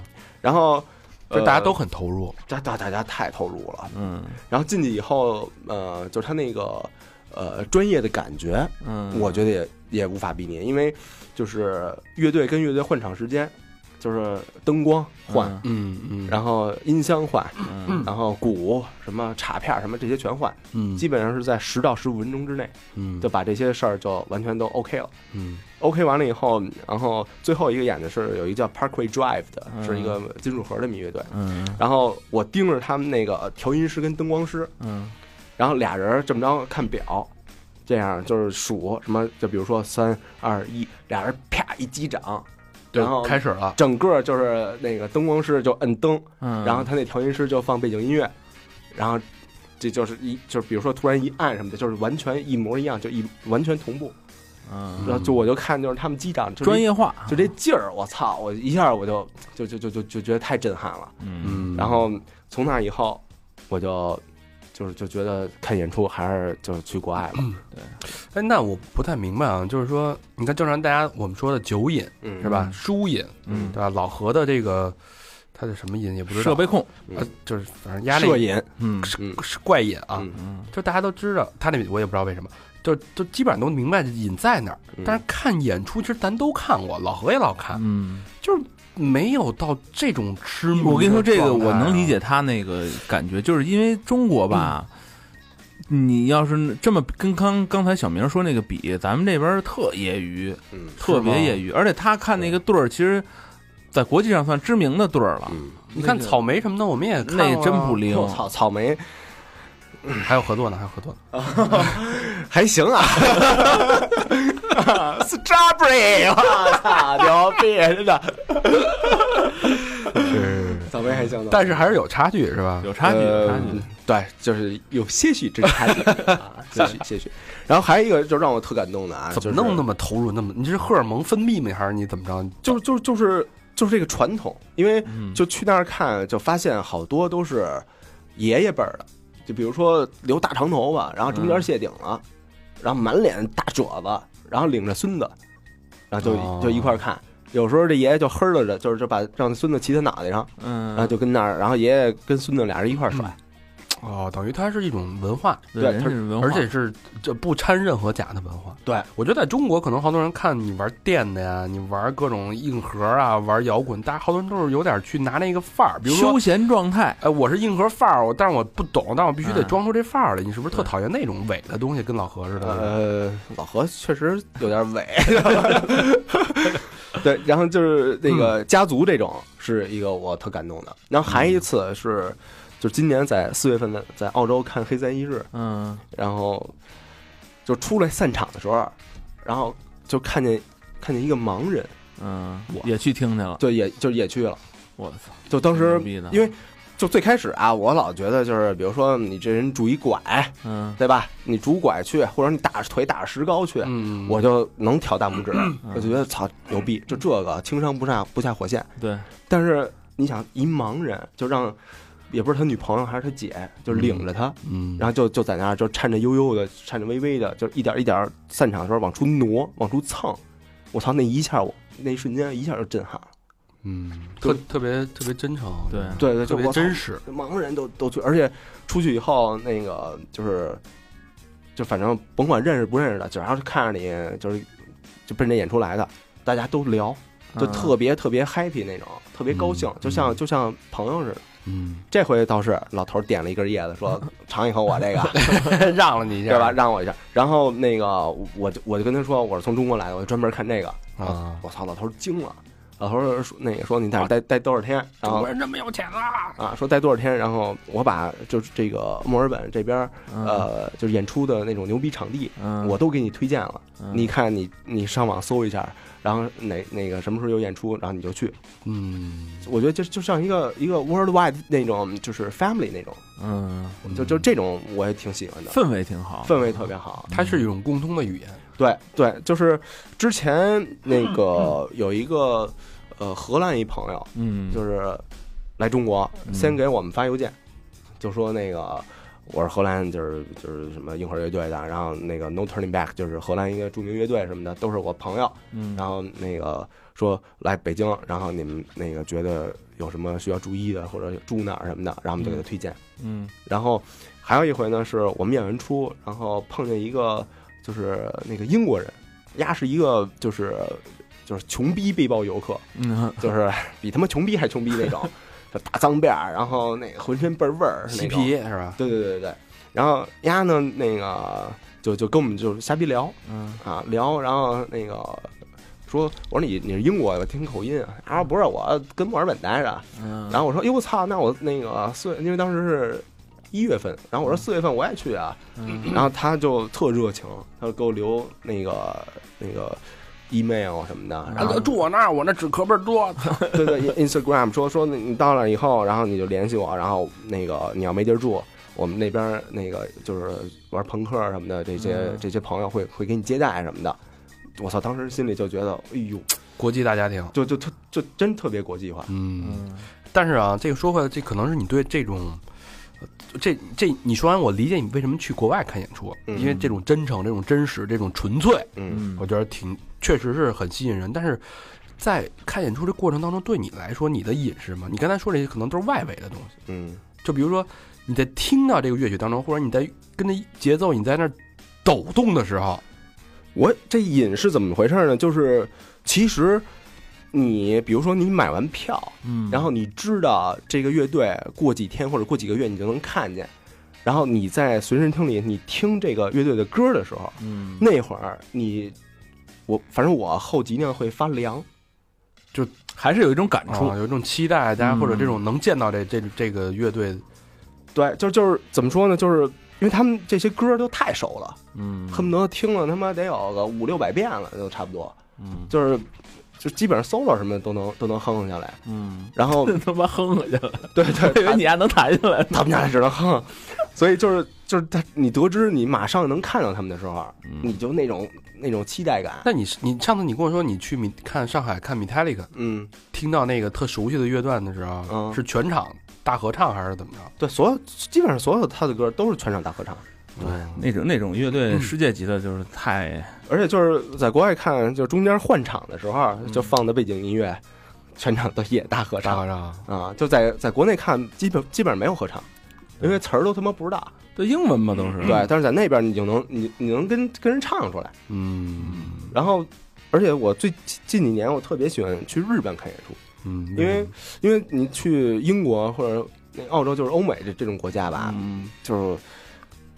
Speaker 3: 然后。
Speaker 2: 就
Speaker 3: 呃
Speaker 2: 大家都很投入，
Speaker 3: 大大大家太投入了。
Speaker 5: 嗯
Speaker 3: 然后进去以后，呃，就是他那个呃专业的感觉，
Speaker 5: 嗯，
Speaker 3: 我觉得也也无法比拟，因为就是乐队跟乐队换场时间，就是灯光换，
Speaker 2: 嗯嗯
Speaker 3: 然后音箱换，
Speaker 5: 嗯
Speaker 3: 然后鼓什么镲片什么这些全换，
Speaker 2: 嗯
Speaker 3: 基本上是在十到十五分钟之内
Speaker 2: 嗯
Speaker 3: 就把这些事儿就完全都 OK 了。
Speaker 2: 嗯
Speaker 3: OK 完了以后，然后最后一个演的是有一个叫 Parkway Drive 的，
Speaker 5: 嗯
Speaker 3: 是一个金属核的迷乐队。
Speaker 5: 嗯
Speaker 3: 然后我盯着他们那个调音师跟灯光师，
Speaker 5: 嗯
Speaker 3: 然后俩人这么着看表，这样就是数什么，就比如说三二一，俩人啪一击掌，
Speaker 2: 对
Speaker 3: 然后，
Speaker 2: 开始了，
Speaker 3: 整个就是那个灯光师就摁灯，
Speaker 5: 嗯，
Speaker 3: 然后他那调音师就放背景音乐，然后这就是一就是比如说突然一按什么的，就是完全一模一样，就一完全同步。
Speaker 5: 嗯
Speaker 3: 然后就我就看就是他们击掌，就是
Speaker 5: 专业化，
Speaker 3: 就这劲儿，我操！我一下我就就就就就就觉得太震撼了。
Speaker 5: 嗯
Speaker 2: 嗯，
Speaker 3: 然后从那以后，我就就是就觉得看演出还是就是去国外吧。
Speaker 2: 哎，那我不太明白啊，就是说，你看，正常大家我们说的酒瘾
Speaker 3: 嗯
Speaker 2: 是吧，书瘾
Speaker 5: 嗯
Speaker 2: 对吧？老何的这个他的什么瘾也不知道，
Speaker 5: 设备控，
Speaker 2: 啊，就是反正压
Speaker 3: 摄
Speaker 2: 力
Speaker 3: 影
Speaker 5: 嗯
Speaker 3: 嗯
Speaker 2: 是怪瘾啊，
Speaker 3: 嗯
Speaker 5: 嗯
Speaker 2: 就大家都知道，他那我也不知道为什么，就就基本上都明白这瘾在哪儿。
Speaker 3: 嗯
Speaker 2: 但是看演出，其实咱都看过，老何也老看，
Speaker 5: 嗯，
Speaker 2: 就是没有到这种痴迷。
Speaker 5: 我跟你说，这个我能理
Speaker 3: 啊
Speaker 2: 解，
Speaker 5: 解他那个感觉，就是因为中国吧，
Speaker 3: 嗯
Speaker 5: 你要是这么跟刚刚才小明说那个比，咱们这边儿特业余，
Speaker 3: 嗯
Speaker 5: 特别业余，而且他看那个队儿，其实，在国际上算知名的队儿了，
Speaker 3: 嗯，
Speaker 2: 你看
Speaker 5: 那个
Speaker 2: 草莓什么的，我们也看
Speaker 5: 那
Speaker 2: 过啊
Speaker 5: 真不灵。
Speaker 3: 我操，草莓
Speaker 2: 还有合作呢，还有合作呢。
Speaker 3: 还行啊，strawberry，我操，牛逼，真的，是草莓还行的，
Speaker 2: 但是还是有差距，是吧？
Speaker 5: 有差距，有差
Speaker 3: 呃
Speaker 5: 距。，
Speaker 3: 对，就是有些许之差距啊，些许些许。然后还有一个就让我特感动的啊，
Speaker 2: 怎
Speaker 3: 就
Speaker 2: 么
Speaker 3: 是
Speaker 2: 弄那么投入？那么你是荷尔蒙分泌吗？还是你怎么着？
Speaker 3: 就是就是就是就是这个传统，因为
Speaker 5: 嗯
Speaker 3: 就去那儿看，就发现好多都是爷爷辈儿的，就比如说留大长头发，然后中间谢顶了，
Speaker 5: 嗯
Speaker 3: 然后满脸大褶子，然后领着孙子，然后就、
Speaker 2: 哦
Speaker 3: 就一块儿看。有时候这爷爷就呵了着，就是就把让孙子骑他脑袋上，
Speaker 5: 嗯，
Speaker 3: 然后就跟那儿，然后爷爷跟孙子俩人一块儿甩，
Speaker 2: 哦，等于它是一种文化，
Speaker 3: 对
Speaker 5: 人
Speaker 3: 他
Speaker 5: 是文化，
Speaker 2: 而且是这不掺任何假的文化。
Speaker 3: 对，
Speaker 2: 我觉得在中国，可能好多人看你玩电的呀，你玩各种硬核啊，玩摇滚，大家好多人都是有点去拿那个范儿，比如
Speaker 5: 休
Speaker 2: 说。
Speaker 5: 闲状态，
Speaker 2: 哎，我是硬核范儿，我但是我不懂，但我必须得
Speaker 5: 嗯
Speaker 2: 装出这范儿来。你是不是特
Speaker 5: 对
Speaker 2: 讨厌那种伪的东西，跟老何似的？
Speaker 3: 呃，
Speaker 5: 嗯
Speaker 3: 老何确实有点伪， 对，然后就是那个
Speaker 5: 嗯
Speaker 3: 家族这种是一个我特感动的，然后还一次是，就是今年在四月份在在澳洲看黑三一日，
Speaker 5: 嗯
Speaker 3: 然后就出来散场的时候，然后就看见看见一个盲人，
Speaker 5: 嗯
Speaker 3: 我，
Speaker 5: 也去听去了。
Speaker 3: 就也就也去了。
Speaker 5: 我操，
Speaker 3: 就当时
Speaker 5: 挺牛逼的
Speaker 3: 因为就最开始啊，我老觉得就是比如说你这人拄一拐，
Speaker 5: 嗯，
Speaker 3: 对吧？你拄拐去，或者你打腿打石膏去，
Speaker 2: 嗯，
Speaker 3: 我就能挑大拇 指，我就觉得操牛逼，就这个情商不下不下火线。
Speaker 5: 对，
Speaker 3: 但是你想，一盲人就让，也不是他女朋友还是他姐，就领着他，
Speaker 2: 嗯
Speaker 3: 然后就就在那儿就颤颤悠悠的、颤颤巍巍的，就一点一点散场的时候往出挪、往出蹭。我操，那一下我那一瞬间一下就震撼了。
Speaker 2: 嗯，特特别特别真诚，
Speaker 5: 对
Speaker 3: 对
Speaker 2: 特
Speaker 3: 对，就
Speaker 2: 别
Speaker 3: 我操
Speaker 2: 真实，
Speaker 3: 盲人都都去，而且出去以后，那个就是，就反正甭管认识不认识的，只要是看着你，就是就奔着演出来的，大家都聊，就
Speaker 5: 嗯
Speaker 3: 特别特别 happy 那种，特别高兴
Speaker 2: 嗯，
Speaker 3: 就像就像朋友似的。
Speaker 2: 嗯，
Speaker 3: 这回倒是老头儿点了一根叶子，说
Speaker 5: 嗯
Speaker 3: 尝一口我这 个，
Speaker 2: 让了你一下，
Speaker 3: 对
Speaker 5: 啊
Speaker 3: 吧？？让我一下。然后那个我就我就跟他说，我是从中国来的，我就专门看这个。
Speaker 2: 啊，
Speaker 3: 我操，老头儿惊了，老头儿说那个说你
Speaker 5: 啊
Speaker 3: 在这儿待待多少天？然后
Speaker 2: 人这么有钱啊！
Speaker 3: 啊，说待多少天，然后我把就是这个墨尔本这边儿
Speaker 5: 嗯，
Speaker 3: 呃，就是演出的那种牛逼场地，
Speaker 5: 嗯，
Speaker 3: 我都给你推荐了。
Speaker 5: 嗯
Speaker 3: 你看你你上网搜一下，然后哪那个什么时候有演出，然后你就去。
Speaker 2: 嗯，
Speaker 3: 我觉得就就像一个一个 worldwide 那种就是 family 那种，
Speaker 5: 嗯，
Speaker 3: 就就这种我也挺喜欢的，
Speaker 5: 氛围挺好，
Speaker 3: 氛围特别好。
Speaker 2: 它是一种共通的语言，
Speaker 3: 对对，就是之前那个有一个呃荷兰一朋友，
Speaker 5: 嗯，
Speaker 3: 就是来中国，
Speaker 5: 嗯
Speaker 3: 先给我们发邮件，就说那个我是荷兰，就是就是什么硬核乐队的，然后那个 No Turning Back 就是荷兰一个著名乐队什么的，都是我朋友，
Speaker 5: 嗯，
Speaker 3: 然后那个说来北京，然后你们那个觉得有什么需要注意的，或者住哪儿什么的，然后我们就给他推荐。
Speaker 5: 嗯
Speaker 3: 然后还有一回呢，是我们演完出，然后碰见一个就是那个英国人，丫是一个就是就是穷逼背包游客，
Speaker 5: 嗯，
Speaker 3: 就是 比他妈穷逼还穷逼那种，就大脏辫儿，然后那个浑身倍儿味儿，
Speaker 2: 嬉皮。是吧？
Speaker 3: 对对对对对，然后丫呢那个就就跟我们就瞎逼聊
Speaker 5: 嗯
Speaker 3: 啊聊，然后那个说我说你你是英国的吧，听口音啊，啊不是我跟墨尔本待着，
Speaker 5: 嗯，
Speaker 3: 然后我说哟哎我操，那我那个四月因为当时是。一月份，然后我说四月份我也去啊，
Speaker 5: 嗯
Speaker 3: 然后他就特热情，他就给我留那个那个 email 什么的，然
Speaker 5: 嗯
Speaker 3: 后
Speaker 2: 啊住我那儿，我那纸壳倍儿多，
Speaker 3: 对对，Instagram 说说你到那以后，然后你就联系我，然后那个你要没地儿住，我们那边儿那个就是玩朋克什么的，这些、
Speaker 5: 嗯
Speaker 3: 这些朋友会会给你接待什么的。我操，当时心里就觉得，哎呦，
Speaker 2: 国际大家庭。
Speaker 3: 就就特就真特别国际化。
Speaker 2: 嗯，
Speaker 5: 嗯
Speaker 2: 但是啊，这个说回来，这可能是你对这种，呃这这你说完，我理解你为什么去国外看演出，
Speaker 3: 嗯
Speaker 2: 因为这种真诚、这种真实、这种纯粹，
Speaker 3: 嗯，
Speaker 5: 嗯，
Speaker 2: 我觉得挺确实是很吸引人。但是在看演出这过程当中，对你来说，你的瘾是什么？你刚才说这些可能都是外围的东西，
Speaker 3: 嗯，
Speaker 2: 就比如说你在听到这个乐曲当中，或者你在跟着节奏，你在那儿抖动的时候，
Speaker 3: 我这瘾是怎么回事呢？就是其实你比如说你买完票，
Speaker 5: 嗯，
Speaker 3: 然后你知道这个乐队过几天或者过几个月你就能看见，然后你在随身听里你听这个乐队的歌的时候。
Speaker 5: 嗯，
Speaker 3: 那会儿你，我反正我后脊梁会发凉，
Speaker 5: 还是有一种感触
Speaker 2: 啊，，有一种期待，大家或者
Speaker 5: 嗯
Speaker 2: 这种能见到这这这个乐队，
Speaker 3: 对，就就是怎么说呢，就是因为他们这些歌都太熟了，
Speaker 5: 嗯，
Speaker 3: 恨不得听了他妈得有个五六百遍了，就差不多，
Speaker 5: 嗯
Speaker 3: 就是就基本上 solo 什么的都能都能哼哼下来，
Speaker 5: 嗯，
Speaker 3: 然后
Speaker 5: 他妈哼过去了，
Speaker 3: 对对，
Speaker 5: 以为你还能弹下来呢，
Speaker 3: 他们家只能哼，所以就是就是他你得知你马上能看到他们的时候，
Speaker 5: 嗯
Speaker 3: 你就那种那种期待感，
Speaker 2: 那你是你上次你跟我说你去米看上海看 Metallica，
Speaker 3: 嗯，
Speaker 2: 听到那个特熟悉的乐段的时候，
Speaker 3: 嗯
Speaker 2: 是全场大合唱还是怎么着？
Speaker 3: 对，所有基本上所有他的歌都是全场大合唱。
Speaker 2: 嗯
Speaker 5: 那种那种乐队世界级的，就是太
Speaker 3: 而且就是在国外看，就中间换场的时候，啊就放的背景音乐，全场都也大合
Speaker 2: 嗯大合
Speaker 3: 唱
Speaker 2: 唱，
Speaker 3: 啊！就在在国内看，基本基本上没有合唱，
Speaker 2: 嗯
Speaker 3: 因为词儿都他妈不知道。
Speaker 5: 对英文嘛，都是
Speaker 3: 对，但是在那边你就能你你能跟跟人唱出来。
Speaker 2: 嗯
Speaker 3: 然后，而且我最近近几年我特别喜欢去日本看演出，
Speaker 2: 嗯，
Speaker 3: 因为因为你去英国或者那澳洲，就是欧美这这种国家吧，
Speaker 5: 嗯
Speaker 3: 就是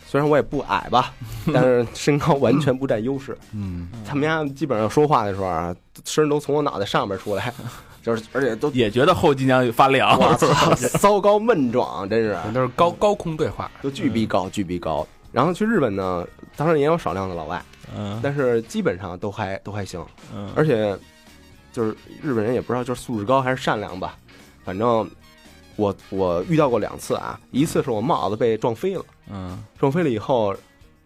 Speaker 3: 虽然我也不 矮吧，但是身高完全不占优势。
Speaker 2: 嗯
Speaker 3: 他们家基本上说话的时候啊，声都从我脑袋上边出来， 就是而且都
Speaker 5: 也觉得后脊梁发凉，
Speaker 3: 我操，骚高闷壮，真是
Speaker 2: 那都是高高空对话，
Speaker 3: 都巨逼高，巨逼高。然后去日本呢，当然也有少量的老外，
Speaker 5: 嗯
Speaker 3: 但是基本上都还都还行，
Speaker 5: 嗯，
Speaker 3: 而且就是日本人也不知道就是素质高还是善良吧，反正我我遇到过两次啊，一次是我帽子被撞飞了，
Speaker 5: 嗯
Speaker 3: 撞飞了以后，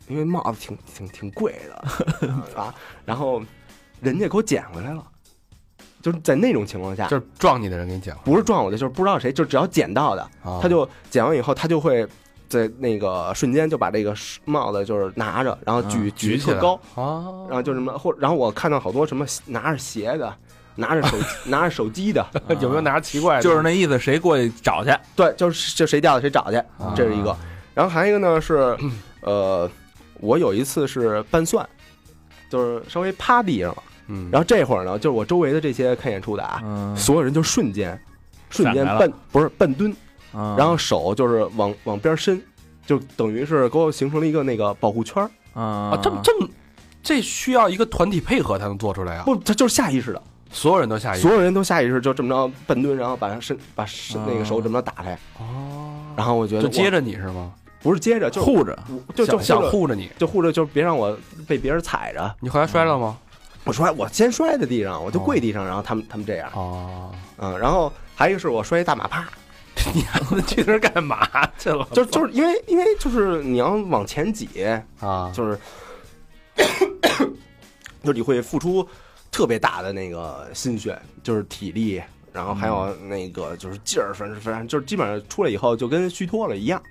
Speaker 3: 因为帽子挺挺挺贵的啊，然后人家给我捡回来了，就是在那种情况下，
Speaker 2: 就是撞你的人给你讲，
Speaker 3: 不是撞我的，就是不知道谁，就只要捡到的，
Speaker 2: 啊
Speaker 3: 他就捡完以后，他就会在那个瞬间就把这个帽子就是拿着，然后举、
Speaker 2: 举
Speaker 3: 举得
Speaker 2: 起
Speaker 3: 特
Speaker 2: 来
Speaker 3: 高，
Speaker 2: 啊
Speaker 3: 然，后就什么或然后我看到好多什么拿着鞋的，拿着手 拿着手机的，
Speaker 2: 有没有拿着奇怪的？
Speaker 5: 就是那意思，谁过去找去？
Speaker 3: 对，就是就谁掉的谁找去，这是一个。然后还有一个呢是，呃，我有一次是拌蒜，就是稍微趴地上了，
Speaker 2: 嗯，
Speaker 3: 然后这会儿呢，就是我周围的这些看演出的啊，
Speaker 5: 嗯
Speaker 3: 所有人就瞬间瞬间
Speaker 5: 闪开了
Speaker 3: 半不是半蹲。
Speaker 5: 嗯，
Speaker 3: 然后手就是往往边伸，就等于是给我形成了一个那个保护圈儿。
Speaker 5: 啊
Speaker 2: 啊，这么这么，这需要一个团体配合才能做出来啊！
Speaker 3: 不，他就是下意识的，
Speaker 2: 所有人都下意识
Speaker 3: 所有人都下意识就这么着半蹲，然后把身把身那个手这么着打开。
Speaker 2: 哦，
Speaker 3: 然后我觉得
Speaker 2: 就接着
Speaker 3: 着
Speaker 2: 你是吗？
Speaker 3: 不是接着，就
Speaker 5: 护着，
Speaker 3: 就就
Speaker 2: 想想
Speaker 3: 护着
Speaker 2: 护着你，
Speaker 3: 就护着，就别让我被别人踩着。
Speaker 2: 你后来摔了吗？
Speaker 3: 我摔，我先摔在地上，我就
Speaker 2: 哦
Speaker 3: 跪地上，然后他们他们这样，
Speaker 2: 哦，
Speaker 3: 嗯，然后还有一个是我摔一大马趴，
Speaker 2: 你还去那儿干嘛去了？
Speaker 3: 就就是因为因为就是你要往前挤，
Speaker 2: 啊，
Speaker 3: 就是， 就是你会付出特别大的那个心血，就是体力，然后还有那个就是劲儿，反正反正就是基本上出来以后就跟虚脱了一样。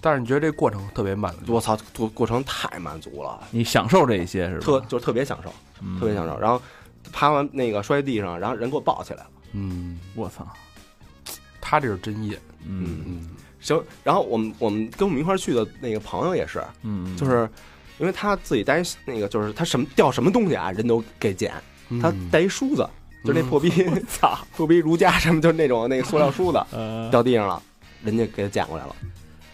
Speaker 2: 但是你觉得这过程特别慢，
Speaker 3: 我操，过过程太满足了，
Speaker 5: 你享受这一些是吧？
Speaker 3: 特就是特别享受，
Speaker 5: 嗯
Speaker 3: 特别享受。然后趴完那个摔地上，然后人给我抱起来了，
Speaker 2: 嗯，
Speaker 5: 我操，
Speaker 2: 他这是真业，
Speaker 5: 嗯
Speaker 2: 嗯，
Speaker 3: 行。然后我们我们跟我们一块儿去的那个朋友也是，
Speaker 5: 嗯，
Speaker 3: 就是。因为他自己带一那个，就是他什么掉什么东西啊，人都给捡。他
Speaker 2: 嗯
Speaker 3: 带一梳子，就
Speaker 5: 嗯
Speaker 3: 那破逼，操、破逼如家什么，就是那种那个塑料梳子，
Speaker 5: 呃，
Speaker 3: 掉地上了，人家给他捡过来了。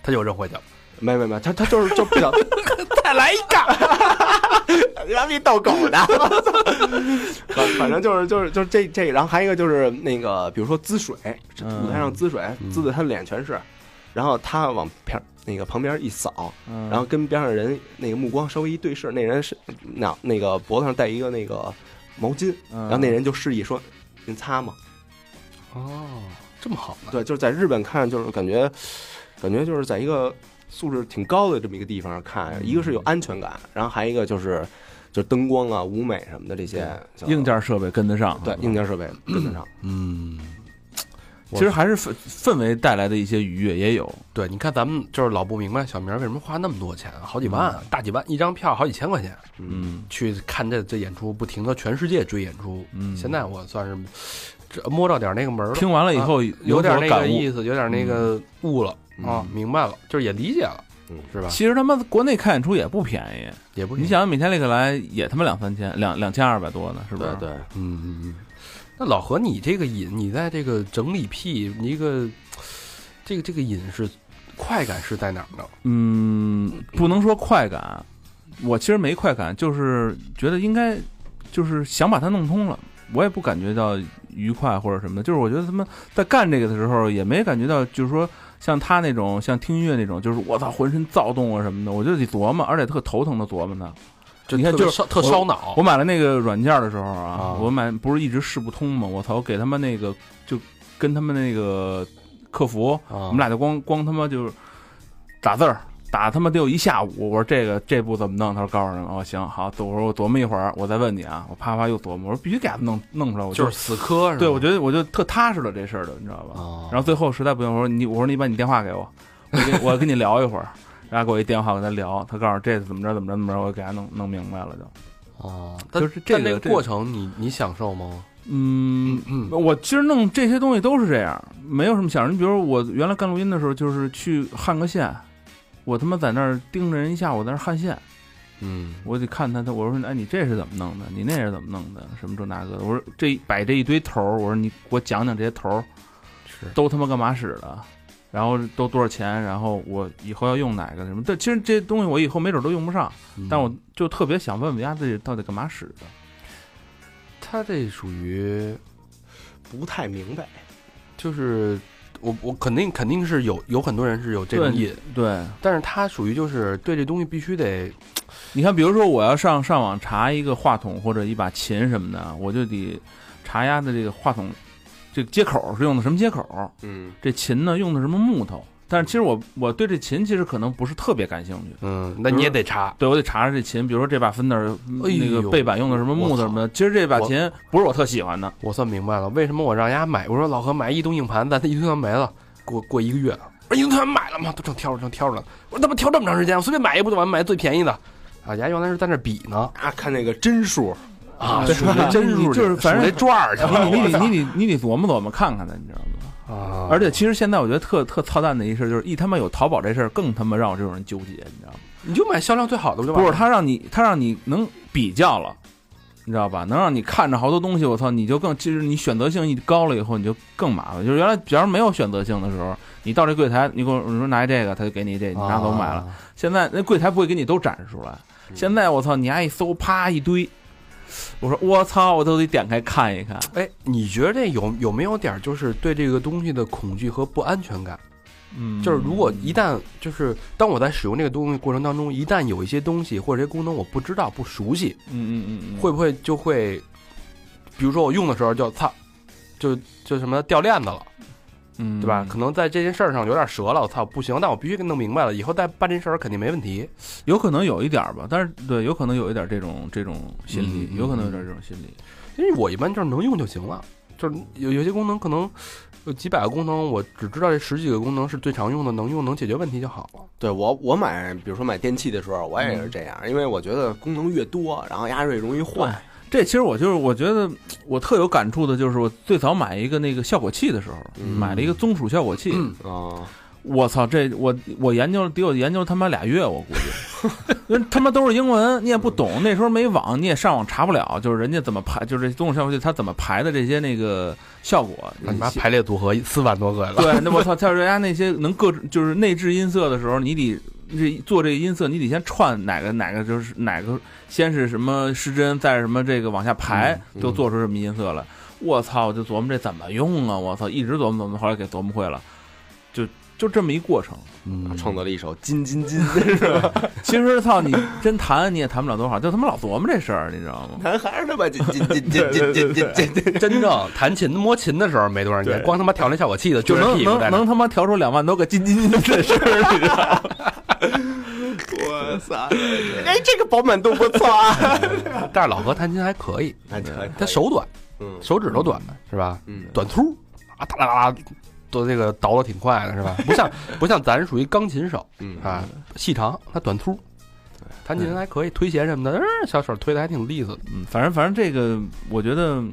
Speaker 2: 他就扔回去了，
Speaker 3: 没没没，他他就是就不想 再来一个， 你妈逼逗狗的，反反正就是就是就是这这，然后还有一个就是那个，比如说滋水，
Speaker 5: 嗯
Speaker 3: 舞台上滋水，滋的他脸全是，然后他往边那个旁边一扫，
Speaker 5: 然
Speaker 3: 然后跟边上人那个目光稍微一对视，那人是那那个脖子上戴一个那个毛巾，然后那人就示意说：“您擦吗
Speaker 2: 哦，这么好？”呢，
Speaker 3: 对，就是在日本看，就是感觉感觉就是在一个素质挺高的这么一个地方看，一个是有安全感，然后还有一个就是就是灯光啊、舞美什么的这些小
Speaker 5: 硬件设备跟得上，
Speaker 3: 对硬件设备跟得上。
Speaker 2: 嗯，
Speaker 5: 其实还是氛氛围带来的一些愉悦也有，
Speaker 2: 对，你看咱们就是老不明白小明为什么花那么多钱，好几万啊，大几万，一张票好几千块钱
Speaker 5: 嗯
Speaker 2: 去看这这演出，不停的全世界追演出。
Speaker 5: 嗯，
Speaker 2: 现在我算是这摸着点那个门儿了，
Speaker 5: 听完了以后
Speaker 2: 啊有点那
Speaker 5: 所
Speaker 2: 个
Speaker 5: 感悟嗯
Speaker 2: 意。思，有点那个悟了啊，明白了，就是也理解了
Speaker 3: 嗯，
Speaker 2: 是吧？
Speaker 5: 其实他妈国内看演出也不便宜，
Speaker 2: 也不
Speaker 5: 你想米天利克莱也他妈两三千，两两千二百多呢，是不是？
Speaker 3: 对，
Speaker 2: 嗯，嗯嗯，那老何，你这个瘾，你在这个整理癖，你一个这个这个瘾是快感是在哪儿呢？
Speaker 5: 嗯，不能说快感，我其实没快感，就是觉得应该就是想把它弄通了，我也不感觉到愉快或者什么的，就是我觉得他们在干这个的时候也没感觉到，就是说像他那种像听音乐那种，就是我操浑身躁动啊什么的，我就得琢磨，而且特头疼的琢磨它。
Speaker 2: 就
Speaker 5: 你看
Speaker 2: 特别
Speaker 5: 就是
Speaker 2: 烧特
Speaker 5: 我
Speaker 2: 烧脑
Speaker 5: 我，买了那个软件的时候
Speaker 2: 啊
Speaker 5: 啊，我买不是一直试不通嘛，我操，我给他们那个就跟他们那个客服，
Speaker 2: 我
Speaker 5: 我们俩就光光他妈就是打字儿，打他妈得有一下午。我说这个这步怎么弄？他说告诉你，我、哦、行好，我说我琢磨一会儿，我再问你啊。我啪啪又琢磨，我说必须给他弄弄出来。我
Speaker 2: 就是死磕，是吧
Speaker 5: 对，我觉得我就特踏实了这事儿的，你知道吧？
Speaker 2: 哦
Speaker 5: 然后最后实在不行，我说你，我说你把你电话给我，我跟我跟你聊一会儿。然后给我一电话，我跟他聊，他告诉我这怎么着怎么着怎么着，我给他弄弄明白了就。
Speaker 2: 哦，
Speaker 5: 啊就
Speaker 2: 但
Speaker 5: 是这
Speaker 2: 但
Speaker 5: 个
Speaker 2: 这
Speaker 5: 这个
Speaker 2: 过程你你享受吗？
Speaker 5: 嗯，
Speaker 2: 嗯
Speaker 5: 我其实弄这些东西都是这样，没有什么想。你比如我原来干录音的时候，就是去焊个线，我他妈在那儿盯着人一下午，在那儿焊线，
Speaker 2: 嗯
Speaker 5: 我得看他，他我说哎，你这是怎么弄的？你那是怎么弄的？什么这那个的？我说这摆这一堆头儿，我说你给我讲讲这些头儿
Speaker 2: 是
Speaker 5: 都他妈干嘛使的，然后都多少钱？然后我以后要用哪个什么？但其实这些东西我以后没准都用不上，
Speaker 2: 嗯
Speaker 5: 但我就特别想问问丫这到底干嘛使的？
Speaker 2: 他这属于
Speaker 3: 不太明白，
Speaker 2: 就是我我肯定肯定是有有很多人是有这
Speaker 5: 对
Speaker 2: 种瘾，
Speaker 5: 对，
Speaker 2: 但是他属于就是对这东西必须得
Speaker 5: 你看，比如说我要上上网查一个话筒或者一把琴什么的，我就得查丫的这个话筒这个接口是用的什么接口，
Speaker 3: 嗯，
Speaker 5: 这琴呢用的什么木头。但是其实我我对这琴其实可能不是特别感兴趣，
Speaker 2: 嗯，那你也得查。
Speaker 5: 对我得查查这琴，比如说这把芬德尔
Speaker 2: 哎呦
Speaker 5: 那个背板用的什么木头什么的。其实这把琴不是我特喜欢的，
Speaker 2: 我算明白了，为什么我让丫买？我说老何买一东硬盘，咱这移动硬盘没了，过过一个月了，我说移动硬盘买了吗？都正挑着正挑着呢，我说他妈挑这么长时间，我随便买一不就完，买最便宜的。啊，丫原来是在那儿比呢，
Speaker 3: 啊，看那个帧数，
Speaker 2: 啊，
Speaker 5: 对
Speaker 2: 数这真数
Speaker 5: 你
Speaker 2: 去，
Speaker 5: 就是反正
Speaker 2: 数这转儿去了
Speaker 5: 你得你得你得琢磨琢磨看看它，你知道吗？
Speaker 2: 啊，
Speaker 5: 而且其实现在我觉得特特操蛋的一事儿就是，一他妈有淘宝这事儿，更他妈让我这种人纠结，你知道吗？
Speaker 2: 你就买销量最好的不就完
Speaker 5: 不
Speaker 2: 了
Speaker 5: 是他让你，他让你能比较了，你知道吧？能让你看着好多东西，我操，你就更，其实你选择性一高了以后，你就更麻烦。就是原来，假如没有选择性的时候，你到这柜台，你给我你说拿一这个，他就给你这，你拿走买
Speaker 2: 啊
Speaker 5: 了。现在那柜台不会给你都展示出来，
Speaker 2: 嗯
Speaker 5: 现在我操，你还一搜，啪一堆，我说我操，我都得点开看一看。
Speaker 2: 哎，你觉得这有有没有点儿就是对这个东西的恐惧和不安全感？
Speaker 5: 嗯
Speaker 2: 就是如果一旦就是当我在使用这个东西过程当中，一旦有一些东西或者这些功能我不知道、不熟悉，
Speaker 5: 嗯嗯嗯，
Speaker 2: 会不会就会，比如说我用的时候就擦，就就什么掉链子了，
Speaker 5: 嗯
Speaker 2: 对吧？可能在这件事儿上有点折了，我操，不行，但我必须给弄明白了，以后再办这事儿肯定没问题。
Speaker 5: 有可能有一点儿吧，但是对，有可能有一点儿这种这种心理，
Speaker 2: 嗯嗯
Speaker 5: 有可能有点儿这种心理。
Speaker 2: 因为我一般就是能用就行了，就是有有些功能可能有几百个功能，我只知道这十几个功能是最常用的，能用能解决问题就好了。
Speaker 3: 对我我买，比如说买电器的时候，我也是这样，因为我觉得功能越多，然后压越容易坏。
Speaker 5: 这其实我就是我觉得我特有感触的，就是我最早买一个那个效果器的时候，
Speaker 3: 嗯
Speaker 5: 买了一个松鼠效果器，
Speaker 2: 嗯
Speaker 3: 啊，
Speaker 5: 我操，这我我研究了得有研究了他妈俩月，我估计， 因为他妈都是英文，你也不懂，那时候没网，你也上网查不了，就是人家怎么排，就是这松鼠效果器它怎么排的这些那个效果，
Speaker 2: 你妈排列组合四万多个了，
Speaker 5: 对，那我操，跳人家那些能各就是内置音色的时候，你得这做这个音色，你得先串哪个哪个就是哪个，先是什么失真，再是什么这个往下排，
Speaker 3: 嗯
Speaker 5: 就做出这么音色来。我操，我就琢磨这怎么用啊！我操，一直琢磨琢磨，后来给琢磨会了，就就这么一过程。
Speaker 2: 嗯
Speaker 3: 创作了一首《金金 金》，
Speaker 5: 其实操，你真弹你也弹不了多少，就他妈老琢磨这事儿，你知道吗？
Speaker 3: 男孩儿他妈金金金金金金金金，
Speaker 2: 真正弹琴摸琴的时候没多少年，光他妈调那效果器的，
Speaker 5: 就
Speaker 2: 撅着
Speaker 5: 能
Speaker 2: 屁股在
Speaker 5: 能
Speaker 2: 那
Speaker 5: 能他妈调出两万多个金金金的事儿，你知道吗？
Speaker 3: 我操！哎，这个饱满度不错啊。
Speaker 2: 但是老何弹琴还可以，
Speaker 3: 哎可以
Speaker 2: 他手短，
Speaker 3: 嗯
Speaker 2: 手指头短是吧？
Speaker 3: 嗯
Speaker 2: 短粗啊，哒啦啦啦，都这个倒的挺快的是吧？不 像不像咱属于钢琴手
Speaker 3: 嗯
Speaker 2: 啊，细长，他短粗，弹琴还可以，推弦什么的，呃小手推的还挺利索的。
Speaker 5: 嗯，反正反正这个，我觉得嗯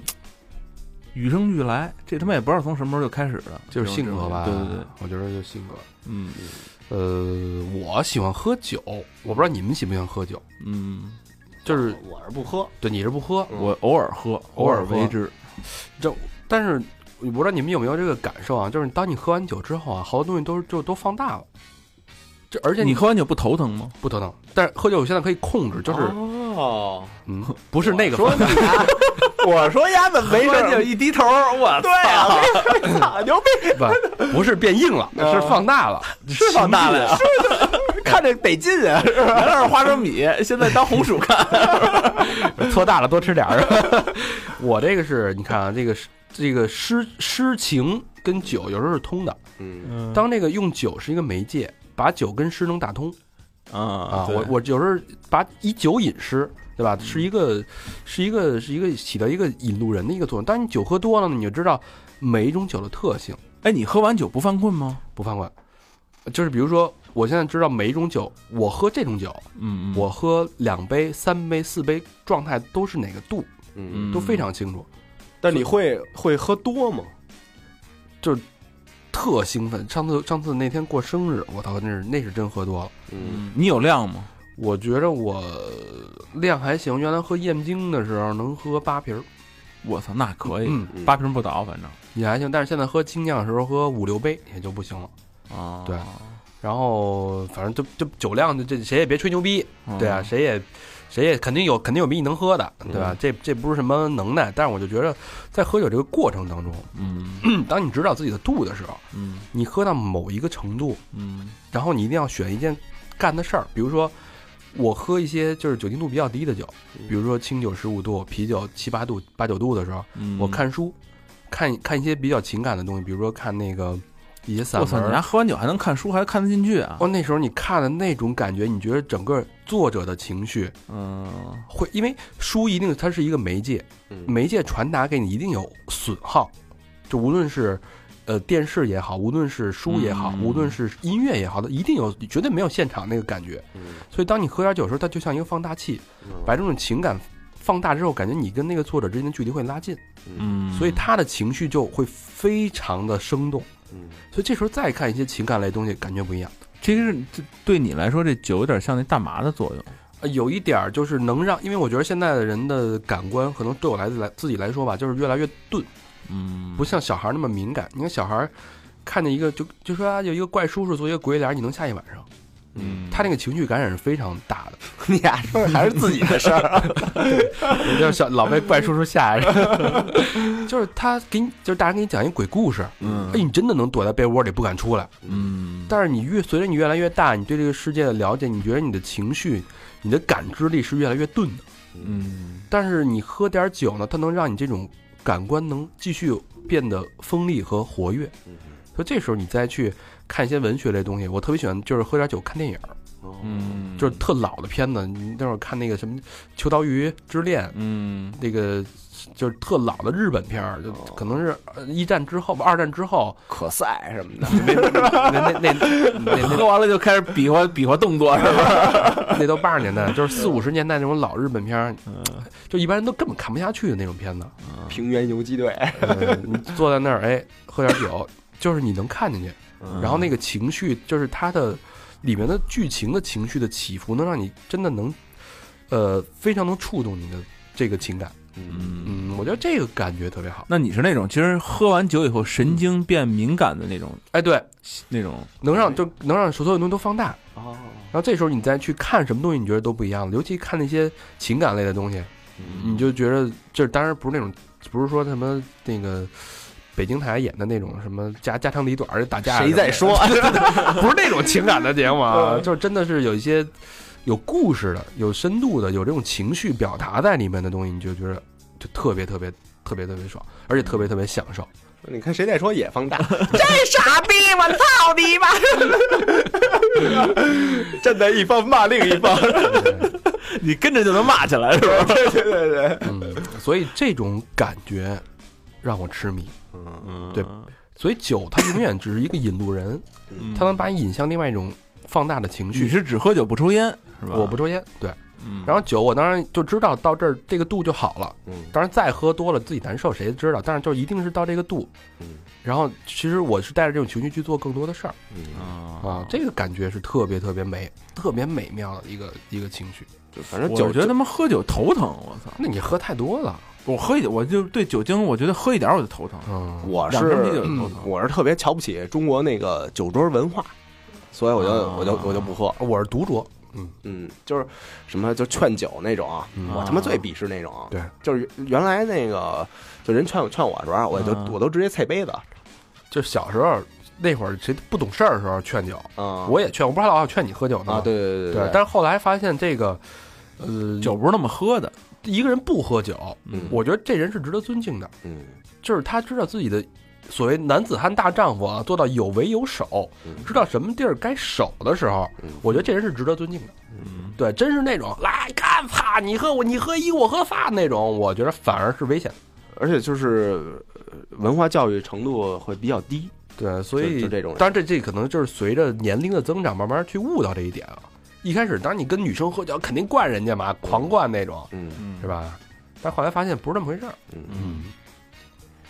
Speaker 5: 与生俱来，这他妈也不知道从什么时候就开始的，
Speaker 2: 就是
Speaker 5: 这
Speaker 2: 性
Speaker 5: 种
Speaker 2: 格吧，
Speaker 5: 对对对，，
Speaker 2: 我觉得就是性格。
Speaker 5: 嗯
Speaker 2: 呃，我喜欢喝酒，我不知道你们喜不喜欢喝酒，
Speaker 5: 嗯，
Speaker 2: 就是
Speaker 3: 我是不喝，
Speaker 2: 对你是不喝，
Speaker 3: 嗯
Speaker 5: 我偶尔喝，
Speaker 2: 偶尔喝
Speaker 5: 为之，
Speaker 2: 这，但是我不知道你们有没有这个感受啊？就是当你喝完酒之后啊，好多东西都是就都放大了。这而且
Speaker 5: 你
Speaker 2: 你
Speaker 5: 喝完酒不头疼吗？
Speaker 2: 不头疼，但是喝酒我现在可以控制，就是、
Speaker 3: 哦，
Speaker 2: 嗯，不是那个
Speaker 3: 说
Speaker 2: 方
Speaker 3: 你啊，我说丫怎么没事就一低头，我对啊，我操，牛逼，
Speaker 2: 不 不是变硬了，
Speaker 3: 啊
Speaker 2: 是放大了。
Speaker 3: 是放大了呀，看着得劲啊，
Speaker 5: 啊 原来是花生米，现在当红薯看。
Speaker 2: 搓大了多吃点儿。 我这个是，你看啊，这个是这个诗诗情跟酒有时候是通的。
Speaker 3: 嗯
Speaker 2: 当这个用酒是一个媒介，把酒跟诗能打通
Speaker 5: 啊
Speaker 2: 啊。我我有时候把以酒饮诗，对吧？是一个是一个是一个起到一个引路人的一个作用。当你酒喝多了呢，你就知道每一种酒的特性，
Speaker 5: 哎，你喝完酒不犯困吗？
Speaker 2: 不犯困。就是比如说，我现在知道每一种酒，我喝这种酒，
Speaker 5: 嗯，嗯
Speaker 2: 我喝两杯、三杯、四杯，状态都是哪个度，
Speaker 3: 嗯，
Speaker 2: 都非常清楚，
Speaker 3: 但你会会喝多吗？
Speaker 2: 特兴奋。上次上次那天过生日，我操，那是那是真喝多了。
Speaker 3: 嗯，
Speaker 5: 嗯，你有量吗？
Speaker 2: 我觉着我量还行，原来喝燕京的时候能喝八瓶儿，
Speaker 5: 我操，那可以，
Speaker 2: 嗯，
Speaker 3: 嗯
Speaker 5: 八瓶不倒，反正
Speaker 2: 也还行。但是现在喝精酿的时候喝五六杯也就不行了。
Speaker 5: 啊，
Speaker 2: 对然后反正就就酒量就这谁也别吹牛逼，
Speaker 5: 嗯
Speaker 2: 对啊，，谁也谁也肯定有肯定有比你能喝的，对吧？这这不是什么能耐，但是我就觉得在喝酒这个过程当中，
Speaker 5: 嗯
Speaker 2: 当你知道自己的度的时候，
Speaker 5: 嗯
Speaker 2: 你喝到某一个程度，
Speaker 5: 嗯
Speaker 2: 然后你一定要选一件干的事儿，比如说我喝一些就是酒精度比较低的酒，比如说清酒十五度、啤酒七八度、八九度的时候，
Speaker 5: 嗯，
Speaker 2: 我看书，看看一些比较情感的东西，比如说看那个一些散
Speaker 5: 我
Speaker 2: 文
Speaker 5: 操，你
Speaker 2: 儿。
Speaker 5: 还喝完酒还能看书，还看得进去啊？
Speaker 2: 哦，那时候你看的那种感觉，你觉得整个作者的情绪
Speaker 5: 嗯
Speaker 2: 会，因为书一定它是一个媒介，
Speaker 3: 嗯
Speaker 2: 媒介传达给你一定有损耗，就无论是呃电视也好，无论是书也好，
Speaker 5: 嗯
Speaker 2: 无论是音乐也好，它一定有绝对没有现场那个感觉。
Speaker 3: 嗯
Speaker 2: 所以当你喝点酒的时候，它就像一个放大器，
Speaker 3: 嗯
Speaker 2: 把这种情感放大之后，感觉你跟那个作者之间的距离会拉近，
Speaker 5: 嗯，
Speaker 2: 所以他的情绪就会非常的生动。
Speaker 3: 嗯
Speaker 2: 所以这时候再看一些情感类东西，感觉不一样。
Speaker 5: 其实这对你来说，这酒有点像那大麻的作用。
Speaker 2: 呃有一点儿就是能让，因为我觉得现在的人的感官，可能对我来自来自己来说吧，就是越来越钝，
Speaker 5: 嗯，
Speaker 2: 不像小孩儿那么敏感。你看小孩儿看见一个就就说啊，有一个怪叔叔做一个鬼脸儿，你能吓一晚上。
Speaker 5: 嗯，
Speaker 2: 他那个情绪感染是非常大的，
Speaker 3: 你俩说的还是自己的事 儿，
Speaker 2: 也就是小老被怪叔叔吓着，就是他给你，就是大人给你讲一鬼故事，
Speaker 5: 嗯
Speaker 2: 哎，你真的能躲在被窝里不敢出来。
Speaker 5: 嗯，
Speaker 2: 但是你越随着你越来越大，你对这个世界的了解，你觉得你的情绪、你的感知力是越来越钝的。
Speaker 5: 嗯
Speaker 2: 但是你喝点酒呢，它能让你这种感官能继续变得锋利和活跃。所以这时候你再去看一些文学类东西，我特别喜欢就是喝点酒看电影，
Speaker 3: 哦
Speaker 5: 嗯，
Speaker 2: 就是特老的片子。你那会儿看那个什么《秋刀鱼之恋》，
Speaker 5: 嗯
Speaker 2: 那个就是特老的日本片儿，就可能是呃一战之后吧，二战之后，
Speaker 3: 可赛什么的，
Speaker 2: 那那那那
Speaker 5: 喝完了就开始比划比划动作是吧？
Speaker 2: 那都八十年代，就是四五十年代那种老日本片儿，就一般人都根本看不下去的那种片子。
Speaker 3: 平原游击队，
Speaker 2: 呃你坐在那儿，哎，喝点酒，就是你能看进去，
Speaker 5: 嗯
Speaker 2: 然后那个情绪，就是它的里面的剧情的情绪的起伏，能让你真的能，呃，非常能触动你的这个情感。
Speaker 5: 嗯，
Speaker 2: 嗯，我觉得这个感觉特别好。
Speaker 5: 那你是那种其实喝完酒以后神经变敏感的那种
Speaker 2: 哎，对，
Speaker 5: 那种，
Speaker 2: 能让就能让所有东西都放大，
Speaker 3: 哦，
Speaker 2: 然后这时候你再去看什么东西，你觉得都不一样了。尤其看那些情感类的东西，
Speaker 3: 嗯
Speaker 2: 你就觉得这当然不是那种，不是说什么那个北京台演的那种什么家家长里短儿打架，
Speaker 3: 谁在？ 说？ 嗯
Speaker 2: 不是那种情感的节目 啊，就是真的是有一些有故事的、有深度的、有这种情绪表达在里面的东西，你就觉得就特别特别特别特别爽，而且特
Speaker 3: 嗯
Speaker 2: 别特别享受。
Speaker 3: 你看谁在说也放大，
Speaker 6: 这傻逼，我操你妈！
Speaker 3: 站在一方骂另一方，
Speaker 5: 你跟着就能骂起来是吧？
Speaker 3: 对对对对，
Speaker 2: 嗯，所以这种感觉让我痴迷。
Speaker 5: 嗯
Speaker 2: 对所以酒它永远只是一个引路人，
Speaker 5: 嗯
Speaker 2: 它能把你引向另外一种放大的情
Speaker 5: 你
Speaker 2: 绪。
Speaker 5: 是只喝酒不抽烟是吧？
Speaker 2: 我不，抽烟，对。
Speaker 5: 嗯，
Speaker 2: 然后酒，我当然就知道到这儿这个度就好了。
Speaker 3: 嗯
Speaker 2: 当然再喝多了自己难受，谁知道？但是就一定是到这个度。
Speaker 3: 嗯
Speaker 2: 然后其实我是带着这种情绪去做更多的事儿
Speaker 3: 嗯，
Speaker 2: 啊
Speaker 5: 啊，，
Speaker 2: 这个感觉是特别特别美、特别美妙的一个一个情绪。
Speaker 3: 就反正
Speaker 5: 我
Speaker 3: 酒
Speaker 5: 觉得他妈喝酒头疼，我操！
Speaker 2: 那你喝太多了，
Speaker 5: 我喝一点，我就对酒精，我觉得喝一点我就头疼，
Speaker 2: 嗯，
Speaker 3: 我
Speaker 5: 两瓶啤酒
Speaker 3: 是
Speaker 5: 就头疼。
Speaker 3: 我是特别瞧不起中国那个酒桌文化，所以我就
Speaker 5: 啊
Speaker 3: 我就我就不喝，
Speaker 2: 我是独酌，
Speaker 3: 嗯，就是什么就劝酒那种啊，
Speaker 2: 嗯
Speaker 3: 我他妈最鄙视那种。啊
Speaker 2: 对，
Speaker 3: 就是原来那个，就人劝我劝我的时候，我就
Speaker 5: 嗯
Speaker 3: 我都直接踩杯子。
Speaker 2: 就小时候那会儿谁不懂事儿的时候劝酒，
Speaker 5: 啊
Speaker 3: 嗯，
Speaker 2: 我也劝，我不是老想劝你喝酒呢
Speaker 3: 啊，对对对
Speaker 2: 对，但是后来发现这个，呃，
Speaker 5: 酒不是那么喝的，
Speaker 2: 一个人不喝酒，
Speaker 3: 嗯
Speaker 2: 我觉得这人是值得尊敬的，
Speaker 3: 嗯
Speaker 2: 就是他知道自己的所谓男子汉大丈夫啊，做到有为有守，
Speaker 3: 嗯
Speaker 2: 知道什么地儿该守的时候
Speaker 3: 嗯，
Speaker 2: 我觉得这人是值得尊敬的。
Speaker 5: 嗯，
Speaker 2: 对，真是那种来干啪，你喝我，你喝一，我喝仨那种，我觉得反而是危险的。
Speaker 3: 而且就是呃文化教育程度会比较低。
Speaker 2: 对，所以
Speaker 3: 就这种人
Speaker 2: 当然这这可能就是随着年龄的增长，慢慢去悟到这一点啊。一开始，当然你跟女生喝酒，肯定灌人家嘛，狂灌那种，
Speaker 3: 嗯
Speaker 2: 是吧？但后来发现不是那么回事儿。
Speaker 3: 嗯，
Speaker 2: 嗯，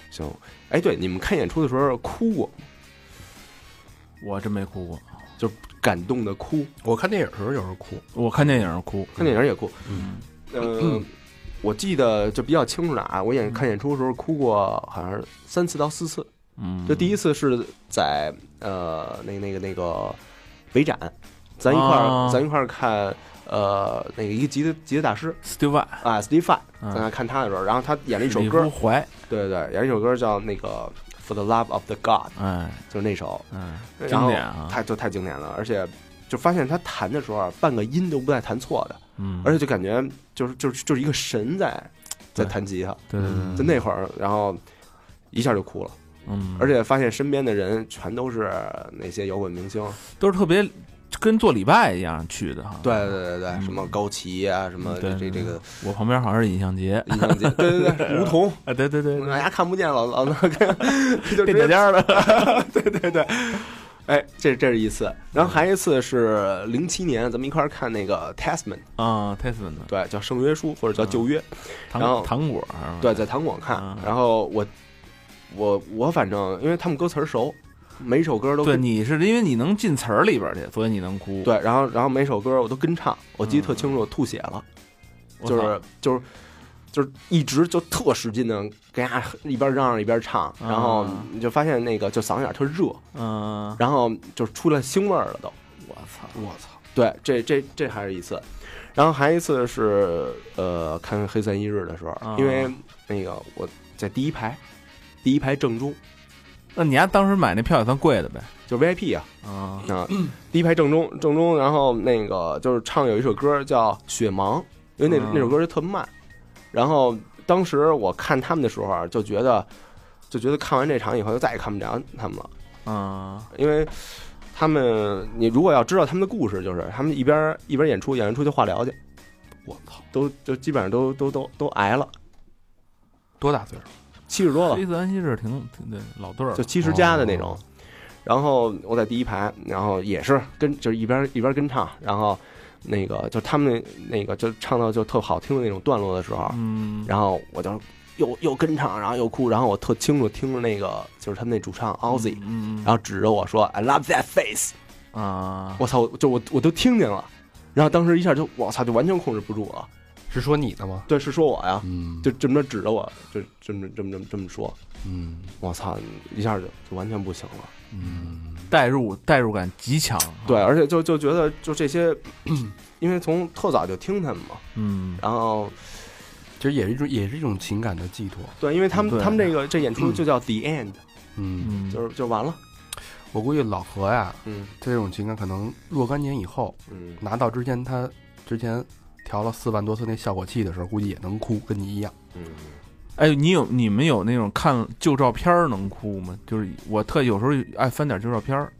Speaker 3: 行。哎，对，你们看演出的时候哭过，
Speaker 5: 我真没哭过，
Speaker 3: 感动的哭，
Speaker 2: 我看电影的时候有时候哭，
Speaker 5: 我看电影哭，
Speaker 3: 看电影也哭。
Speaker 2: 嗯
Speaker 3: 嗯，我记得就比较清楚的啊，我演看演出的时候哭过，好像是三次到四次。
Speaker 5: 嗯，
Speaker 3: 就第一次是在呃那那个那个北展，咱一块儿、
Speaker 5: 啊
Speaker 3: 咱一块儿看呃那个一个吉他吉他大师
Speaker 5: Steve Vai，
Speaker 3: 啊 Steve Vai，
Speaker 5: 嗯
Speaker 3: 咱俩看他的时候，然后他演了一首
Speaker 5: 李
Speaker 3: 歌
Speaker 5: 夫，怀，
Speaker 3: 对对对，演了一首歌叫那个 For the Love of the God，
Speaker 5: 哎，
Speaker 3: 就是那首，
Speaker 5: 嗯，
Speaker 3: 然
Speaker 5: 经
Speaker 3: 后
Speaker 5: 典啊，
Speaker 3: 太就太经典了，而且就发现他弹的时候啊，半个音都不带弹错的，
Speaker 5: 嗯，
Speaker 3: 而且就感觉就是就是就是一个神在在弹吉他，
Speaker 5: 对对对，
Speaker 3: 就那会儿，然后一下就哭了，
Speaker 5: 嗯，
Speaker 3: 而且发现身边的人全都是那些摇滚明星，
Speaker 5: 都是特别跟做礼拜一样去的哈。
Speaker 3: 对对对对，什么高旗啊，什么这
Speaker 5: 对
Speaker 3: 这这个
Speaker 5: 我旁边好像是尹相杰，
Speaker 3: 音像节， 对对对，梧桐，
Speaker 5: 啊，对对对
Speaker 3: 大家看不见老老那 个，就直
Speaker 5: 变脚
Speaker 3: 接
Speaker 5: 尖儿了，
Speaker 3: 哎，这这是一次，然后还一次是零七年，咱们一块儿看那个 Testament，
Speaker 5: 啊 t e s m a n 的
Speaker 3: 对，叫圣约书或者叫旧约，然后
Speaker 5: 糖糖果儿，
Speaker 3: 对，在糖果看
Speaker 5: 嗯，
Speaker 3: 然后我我我反正因为他们歌词儿熟，每一首歌都
Speaker 5: 对，
Speaker 3: 跟
Speaker 5: 你是因为你能进词儿里边儿去，所以你能哭。，
Speaker 3: 对，然后然后每首歌我都跟唱，我记得特清楚，我吐血了，就是就是。就是一直就特使劲的跟家一边嚷嚷一边唱，然后
Speaker 5: 啊
Speaker 3: 你就发现那个就嗓子眼儿特热，
Speaker 5: 嗯，
Speaker 3: 然后就是出来腥味儿了都。
Speaker 5: 我操，
Speaker 3: 我操！对，这这这还是一次，然后还一次是呃，看《黑三一日》的时候，
Speaker 5: 啊
Speaker 3: 因为那个我在第一排，第一排正中，
Speaker 5: 那你丫当时买那票也算贵的呗？
Speaker 3: 就是 VIP 啊
Speaker 5: 啊，
Speaker 3: 啊，第一排正中正中，然后那个就是唱有一首歌叫《雪盲》，因为那、
Speaker 5: 嗯
Speaker 3: 那首歌就特慢，然后当时我看他们的时候啊，就觉得就觉得看完这场以后就再也看不着他们了。
Speaker 5: 嗯，
Speaker 3: 因为他们，你如果要知道他们的故事，就是他们一边一边演出，演完出去化疗去。我操，都就基本上都都都都挨了，
Speaker 2: 多大岁数？
Speaker 3: 七十多了，
Speaker 5: 啊黑色安息日挺挺对老对儿了，
Speaker 3: 就七十加的那种。然后我在第一排，然后也是跟就是一边一边跟唱，然后那个就他们那个就唱到就特好听的那种段落的时候，
Speaker 5: 嗯，
Speaker 3: 然后我就又又跟唱，然后又哭，然后我特清楚听着那个就是他们那主唱 Ozzy，、
Speaker 5: 嗯，嗯
Speaker 3: 然后指着我说 I love that face。
Speaker 5: 嗯啊，
Speaker 3: 我操，就我我都听见了，然后当时一下就我操，就完全控制不住了。
Speaker 2: 是说你的吗？
Speaker 3: 对，是说我呀，
Speaker 2: 嗯，
Speaker 3: 就这么着指着我，就这么这么这么这么说，
Speaker 2: 嗯
Speaker 3: 我操，一下就就完全不行了。
Speaker 2: 嗯，
Speaker 5: 代入代入感极强，
Speaker 3: 对，，而且就就觉得就这些，因为从特早就听他们嘛，
Speaker 5: 嗯，
Speaker 3: 然后
Speaker 2: 其实也是一种，也是一种情感的寄托。
Speaker 3: 对，因为他们
Speaker 5: 对
Speaker 3: 他们这个这演出就叫 The End，
Speaker 2: 嗯，
Speaker 5: 嗯
Speaker 3: 就是就完了。
Speaker 2: 我估计老何呀，
Speaker 3: 嗯
Speaker 2: 这种情感可能若干年以后
Speaker 3: 嗯，
Speaker 2: 拿到之前他之前调了四万多次那效果器的时候，估计也能哭，跟你一样。
Speaker 3: 嗯，
Speaker 5: 哎，你有你们有那种看旧照片儿能哭吗？就是我特有时候爱翻点旧照片儿，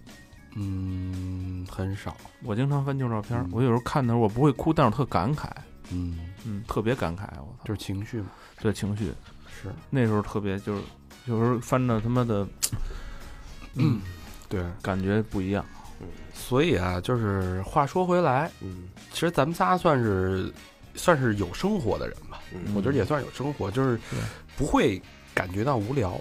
Speaker 2: 嗯，很少。
Speaker 5: 我经常翻旧照片儿
Speaker 2: 嗯，
Speaker 5: 我有时候看的时候我不会哭，但是我特感慨，
Speaker 2: 嗯，
Speaker 5: 嗯，特别感慨，我操，
Speaker 2: 就是情绪嘛。
Speaker 5: 对情绪
Speaker 2: 是，
Speaker 5: 那时候特别就是有时候翻着他妈的
Speaker 2: 嗯
Speaker 5: 嗯
Speaker 2: 对。
Speaker 5: 感觉不一样，
Speaker 2: 所以啊，就是话说回来，
Speaker 3: 嗯
Speaker 2: 其实咱们仨算是算是有生活的人吧，
Speaker 3: 嗯
Speaker 2: 我觉得也算是有生活，就是
Speaker 5: 对
Speaker 2: 不会感觉到无聊。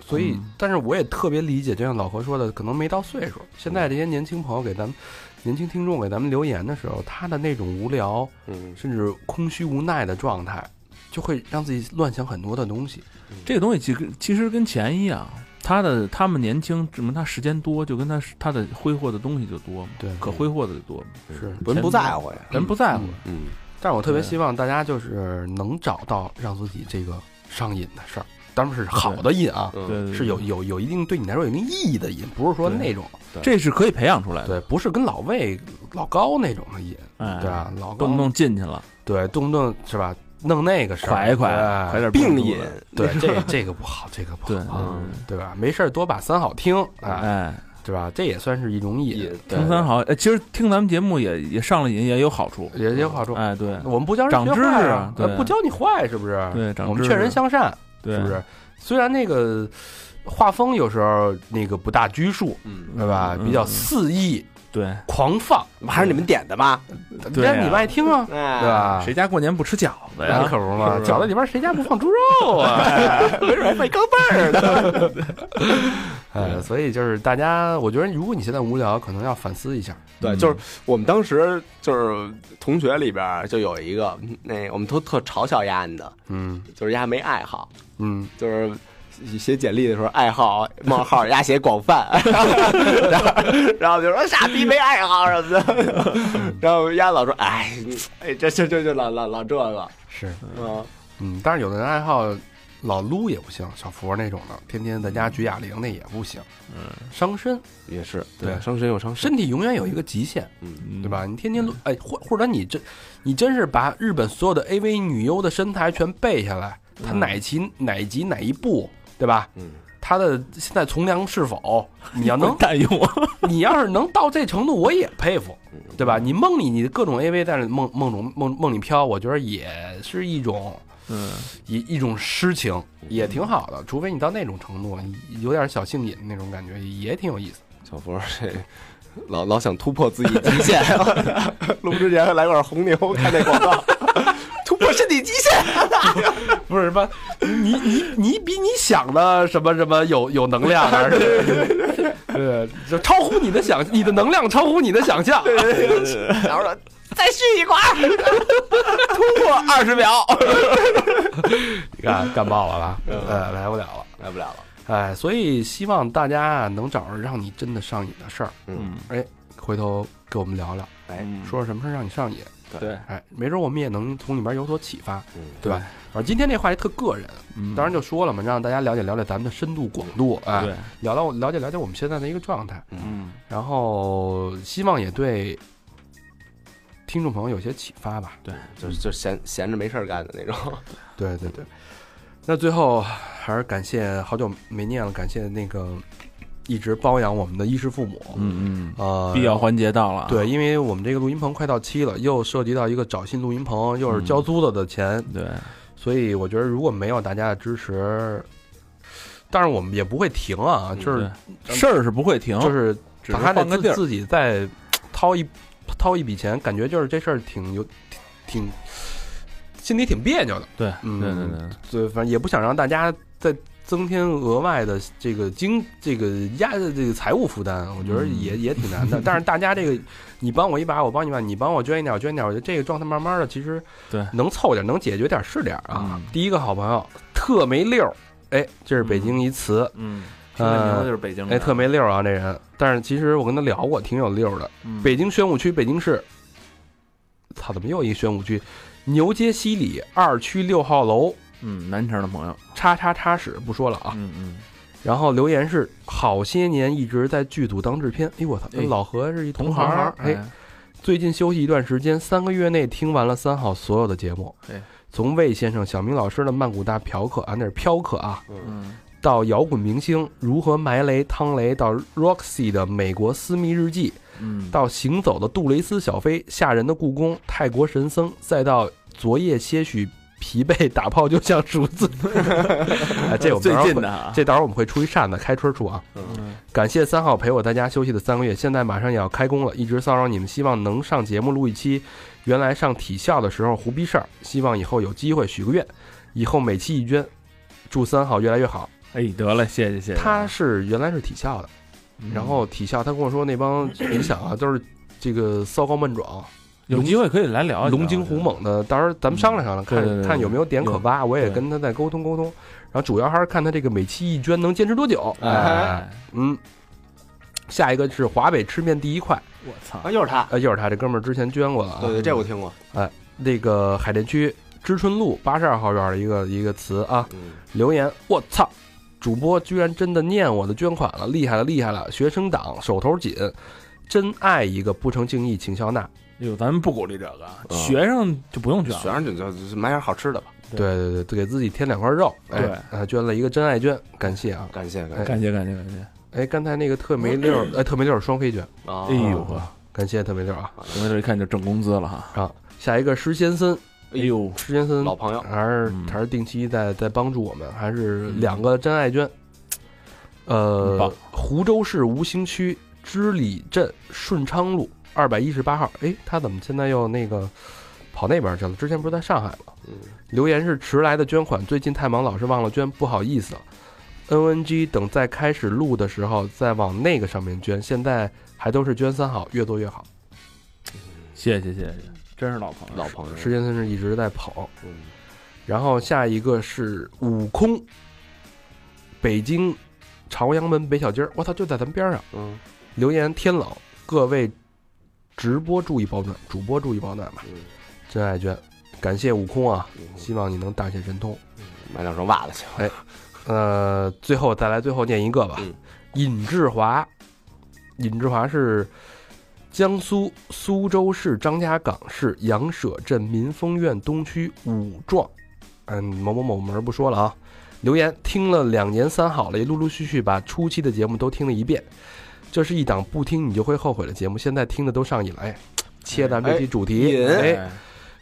Speaker 2: 所以
Speaker 5: 嗯，
Speaker 2: 但是我也特别理解，就像老何说的，可能没到岁数。现在这些年轻朋友给咱们、年轻听众给咱们留言的时候，他的那种无聊，
Speaker 3: 嗯
Speaker 2: 甚至空虚无奈的状态，就会让自己乱想很多的东西。
Speaker 5: 这个东西其实其实跟钱一样，他的他们年轻，只能他时间多，就跟他他的挥霍的东西就多嘛，
Speaker 2: 对
Speaker 5: 可挥霍的就多嘛，
Speaker 2: 是，
Speaker 3: 人不在乎呀。
Speaker 5: 人不在乎。
Speaker 2: 嗯
Speaker 3: 嗯
Speaker 2: 但是我特别
Speaker 5: 对
Speaker 2: 希望大家就是能找到让自己这个上瘾的事儿，当然是好的瘾啊，
Speaker 3: 嗯，
Speaker 5: 对，对
Speaker 2: 是有，有有一定对你来说有一定意义的瘾，不是说
Speaker 5: 对
Speaker 2: 那种
Speaker 5: 对这是可以培养出来
Speaker 2: 对，
Speaker 5: 的，
Speaker 2: 不是跟老魏、老高那种的瘾，
Speaker 5: 哎，
Speaker 2: 嗯对啊吧？老高
Speaker 5: 动不动进去了，
Speaker 2: 对，动不动是吧？弄那个事儿，
Speaker 5: 快一快，
Speaker 2: 对
Speaker 5: 快点
Speaker 3: 病瘾，
Speaker 2: 对， 这这个不好，这个不
Speaker 5: 对，
Speaker 2: 好，
Speaker 3: 嗯
Speaker 2: 对吧？没事儿多把三好听啊，
Speaker 5: 哎，
Speaker 2: 对吧？这也算是一种瘾
Speaker 3: 瘾，
Speaker 2: 对
Speaker 5: 听三好，哎，其实听咱们节目也也上了瘾，也有好处，
Speaker 2: 也也有好处。
Speaker 5: 哎，对
Speaker 2: 我们不教人
Speaker 5: 长
Speaker 2: 学
Speaker 5: 知识
Speaker 2: 坏啊
Speaker 5: 啊对
Speaker 2: 呃不教你坏是不是？
Speaker 5: 对长
Speaker 2: 我们
Speaker 5: 知
Speaker 2: 劝人
Speaker 5: 识
Speaker 2: 向善，
Speaker 5: 对，
Speaker 2: 是不是？虽然那个画风有时候那个不大拘束，
Speaker 3: 嗯，
Speaker 2: 对吧？
Speaker 5: 嗯
Speaker 2: 比较
Speaker 5: 嗯
Speaker 2: 肆意
Speaker 5: 对
Speaker 2: 狂放，
Speaker 3: 还是你们点的吧？
Speaker 5: 对
Speaker 2: 但是你
Speaker 5: 啊
Speaker 2: 们爱听啊，
Speaker 3: 哎，
Speaker 2: 对？吧？
Speaker 5: 谁家过年不吃饺子
Speaker 2: 那
Speaker 5: 哎呀？
Speaker 2: 可不嘛，
Speaker 5: 是吧
Speaker 2: 饺子里边谁家不放猪肉 啊？没准还费钢镚儿呢。呃，所以就是大家，我觉得如果你现在无聊，可能要反思一下。
Speaker 3: 对，
Speaker 5: 嗯
Speaker 3: 就是我们当时就是同学里边儿就有一嗯个，那我们都特嘲笑丫的，
Speaker 2: 嗯
Speaker 3: 就是丫没爱好，
Speaker 2: 嗯，
Speaker 3: 就是写简历的时候，爱好冒号压写广 泛，然后然后就说傻逼没爱好什么的，然后丫老说哎哎这这这这老老老这个
Speaker 1: 是，
Speaker 3: 嗯。
Speaker 2: 嗯，但是有的人爱好老撸也不行，小佛那种的，天天在家举哑铃那也不行，嗯，伤身，
Speaker 3: 也是
Speaker 2: 对
Speaker 3: 伤身又伤身，
Speaker 2: 身体永远有一个极限，
Speaker 3: 嗯
Speaker 2: 对吧？你天天撸，哎，或或者你真，你真是把日本所有的 AV 女优的身材全背下来，她哪期哪集哪一部，对吧？
Speaker 3: 嗯，
Speaker 2: 她的现在从良是 否，你要能
Speaker 5: 蛋用啊，
Speaker 2: 你要是能到这程度，我也佩服，
Speaker 3: 嗯
Speaker 2: 对吧？你梦里你各种 AV 在梦梦中梦梦里飘，我觉得也是一种
Speaker 5: 嗯，
Speaker 2: 一一种诗情，
Speaker 3: 嗯
Speaker 2: 也挺好的。除非你到那种程度，你有点小性瘾那种感觉，也挺有意思。
Speaker 3: 小佛这老老想突破自己极 限，录之前还来罐红牛，看那 广告，突破身体极限。
Speaker 2: 不是什么，你你你比你想的什么什么有有能量啊？是吧对，就超乎你的想，你的能量超乎你的想象。
Speaker 6: 然后说再续一管儿，
Speaker 2: 你看，干爆了吧？呃，来不了了。
Speaker 3: 来不了了，
Speaker 2: 哎，所以希望大家啊能找着让你真的上瘾的事儿，
Speaker 3: 嗯，
Speaker 2: 哎，回头跟我们聊聊，
Speaker 3: 哎，
Speaker 2: 说说什么事儿让你上瘾，
Speaker 5: 对，
Speaker 2: 哎，没准我们也能从里边有所启发，
Speaker 3: 嗯
Speaker 2: 对吧？而啊今天这话题特个人，
Speaker 5: 嗯
Speaker 2: 当然就说了嘛，让大家了解了解咱们的深度广度，哎，
Speaker 5: 对，
Speaker 2: 聊聊了解了解我们现在的一个状态，
Speaker 5: 嗯，
Speaker 2: 然后希望也对听众朋友有些启发吧，
Speaker 3: 就是就闲闲着没事儿干的那种。
Speaker 2: 对对对。那最后还是感谢好久没念了，感谢那个一直包养我们的衣食父母，
Speaker 5: 嗯
Speaker 2: 呃
Speaker 5: 嗯，，必要环节到了，，
Speaker 2: 对，因为我们这个录音棚快到期了，又涉及到一个找新录音棚，
Speaker 5: 嗯
Speaker 2: 又是交租子的钱，
Speaker 5: 对，
Speaker 2: 所以我觉得如果没有大家的支持，但是我们也不会停啊，就是
Speaker 5: 事儿是不会停，
Speaker 2: 就是
Speaker 5: 嗯只是
Speaker 2: 咱还得
Speaker 5: 换个地
Speaker 2: 自
Speaker 5: 儿，
Speaker 2: 自己再掏一掏一笔钱，感觉就是这事儿挺有挺挺心里挺别扭的，
Speaker 5: 对，
Speaker 2: 嗯
Speaker 5: 对对对，
Speaker 2: 所以反正也不想让大家再增添额外的这个经这个压这个财务负担，我觉得
Speaker 5: 嗯
Speaker 2: 也、也挺难的。但是大家这个，你帮我一把，我帮你一把，你帮我捐一点，我捐一点，我觉得这个状态慢慢的其实
Speaker 5: 对
Speaker 2: 能凑点，能解决点是点啊。
Speaker 5: 嗯
Speaker 2: 第一个好朋友特没溜儿，哎，这是北京一词，
Speaker 5: 嗯，听这名字
Speaker 2: 呃
Speaker 5: 就，是北京
Speaker 2: 哎，
Speaker 5: 人，
Speaker 2: 特没溜儿啊这人。但是其实我跟他聊过，挺有溜儿的。
Speaker 5: 嗯
Speaker 2: 北京宣武区，北京市，操，怎么又一宣武区？牛街西里二区六号楼。
Speaker 5: 嗯南城的朋友，
Speaker 2: 叉叉叉屎不说了啊。
Speaker 5: 嗯嗯，
Speaker 2: 然后留言是好些年一直在剧组当制片，哎我操，
Speaker 5: 哎
Speaker 2: 跟老何是一
Speaker 5: 同
Speaker 2: 行
Speaker 5: 行
Speaker 2: 儿，哎，，最近休息一段时间，三个月内听完了三好所有的节目
Speaker 5: 哎，
Speaker 2: 从魏先生、小明老师的曼谷大嫖客啊，那是嫖客啊，
Speaker 5: 嗯
Speaker 2: 到摇滚明星如何埋雷、汤雷，到 Roxy 的美国私密日记，
Speaker 5: 嗯，
Speaker 2: 到行走的杜蕾斯小飞、吓人的故宫、泰国神僧，再到昨夜些许疲惫打炮就像竹子， 啊，这我们
Speaker 5: 最
Speaker 2: 到时候
Speaker 5: 近
Speaker 2: 会
Speaker 5: 的啊，
Speaker 2: 这到时候我们会出一扇子开春处啊。
Speaker 5: 嗯
Speaker 2: 感谢三号陪我在家休息的三个月，现在马上也要开工了，一直骚扰你们，希望能上节目录一期。原来上体校的时候胡逼事儿，希望以后有机会许个愿，以后每期一捐。祝三号越来越好。
Speaker 5: 哎，得了，谢谢谢谢，
Speaker 2: 他是原来是体校的，
Speaker 5: 嗯
Speaker 2: 然后体校他跟我说那帮你想 啊都是这个骚高闷壮、
Speaker 5: 有机会可以来聊一聊
Speaker 2: 龙精虎，猛的，到时候咱们商量商量，
Speaker 5: 哦对对
Speaker 2: 看
Speaker 5: 对
Speaker 2: 看有没有点可挖。我也
Speaker 5: 对
Speaker 2: 跟他再沟通沟通，然后主要还是看他这个每期一捐能坚持多久。
Speaker 5: 我觉得
Speaker 2: 哎
Speaker 5: 哎，
Speaker 2: 嗯，下一个是华北吃面第一块，
Speaker 5: 我操，
Speaker 3: 啊，又是他，
Speaker 2: 呃，又是他这哥们儿之前捐过了啊。
Speaker 3: 对对，这我听过。
Speaker 2: 那个海淀区知春路八十二号院的一个一个词啊，
Speaker 3: 嗯，
Speaker 2: 留言我操，主播居然真的念我的捐款了，厉害了厉害了，学生党手头紧，真爱一个不成敬意，请笑纳。
Speaker 5: 哟，咱们不鼓励这个，啊
Speaker 3: 嗯
Speaker 5: 学生就不用卷
Speaker 3: 学
Speaker 5: 了，
Speaker 3: 生就就就买点好吃的吧。
Speaker 5: 对
Speaker 2: 对对对，给自己添两块肉，哎
Speaker 5: 对，
Speaker 2: 啊捐了一个真爱捐，感谢啊！
Speaker 3: 感谢感
Speaker 2: 哎
Speaker 3: 谢。
Speaker 5: 感谢感谢感谢，
Speaker 2: 哎，刚才那个特没溜 儿，哎，特没溜儿双飞捐，
Speaker 3: 啊
Speaker 5: 哎呦呵，
Speaker 2: 感谢特没溜儿啊！
Speaker 5: 我们这一看就挣工资了哈，
Speaker 2: 啊，下一个施先森，
Speaker 5: 哎呦，
Speaker 2: 施先森
Speaker 3: 老朋友，
Speaker 2: 还是
Speaker 5: 嗯
Speaker 2: 还是定期在在帮助我们，还是
Speaker 3: 嗯
Speaker 2: 两个真爱捐。
Speaker 5: 很
Speaker 2: 呃
Speaker 5: 棒，
Speaker 2: 湖州市吴兴区织里镇顺昌路二百一十八号。哎，他怎么现在又那个跑那边去了？之前不是在上海吗？
Speaker 3: 嗯
Speaker 2: 留言是迟来的捐款，最近太忙，老是忘了捐，不好意思啊了。NNG 等再开始录的时候再往那个上面捐，现在还都是捐三好，越多越好。
Speaker 5: 谢谢谢谢，真是老朋友，
Speaker 3: 老朋友，
Speaker 2: 时间真是一直在跑。
Speaker 3: 嗯
Speaker 2: 然后下一个是悟空，北京朝阳门北小街儿，我操，就在咱们边儿上。
Speaker 3: 嗯，
Speaker 2: 留言天冷，各位直播注意保暖，主播注意保暖吧。
Speaker 3: 嗯
Speaker 2: 真爱娟，感谢悟空啊，希望你能大显神通。
Speaker 3: 买两双袜子去。
Speaker 2: 呃，最后再来最后念一个吧。
Speaker 3: 嗯
Speaker 2: 尹志华，尹志华是江苏苏州市张家港市杨舍镇民丰苑东区五幢，嗯，某某某门儿不说了啊。留言听了两年三好了，也陆陆续续把初期的节目都听了一遍。这是一档不听你就会后悔的节目，现在听的都上瘾了。哎，切咱们这期主题，
Speaker 3: 瘾
Speaker 2: 哎，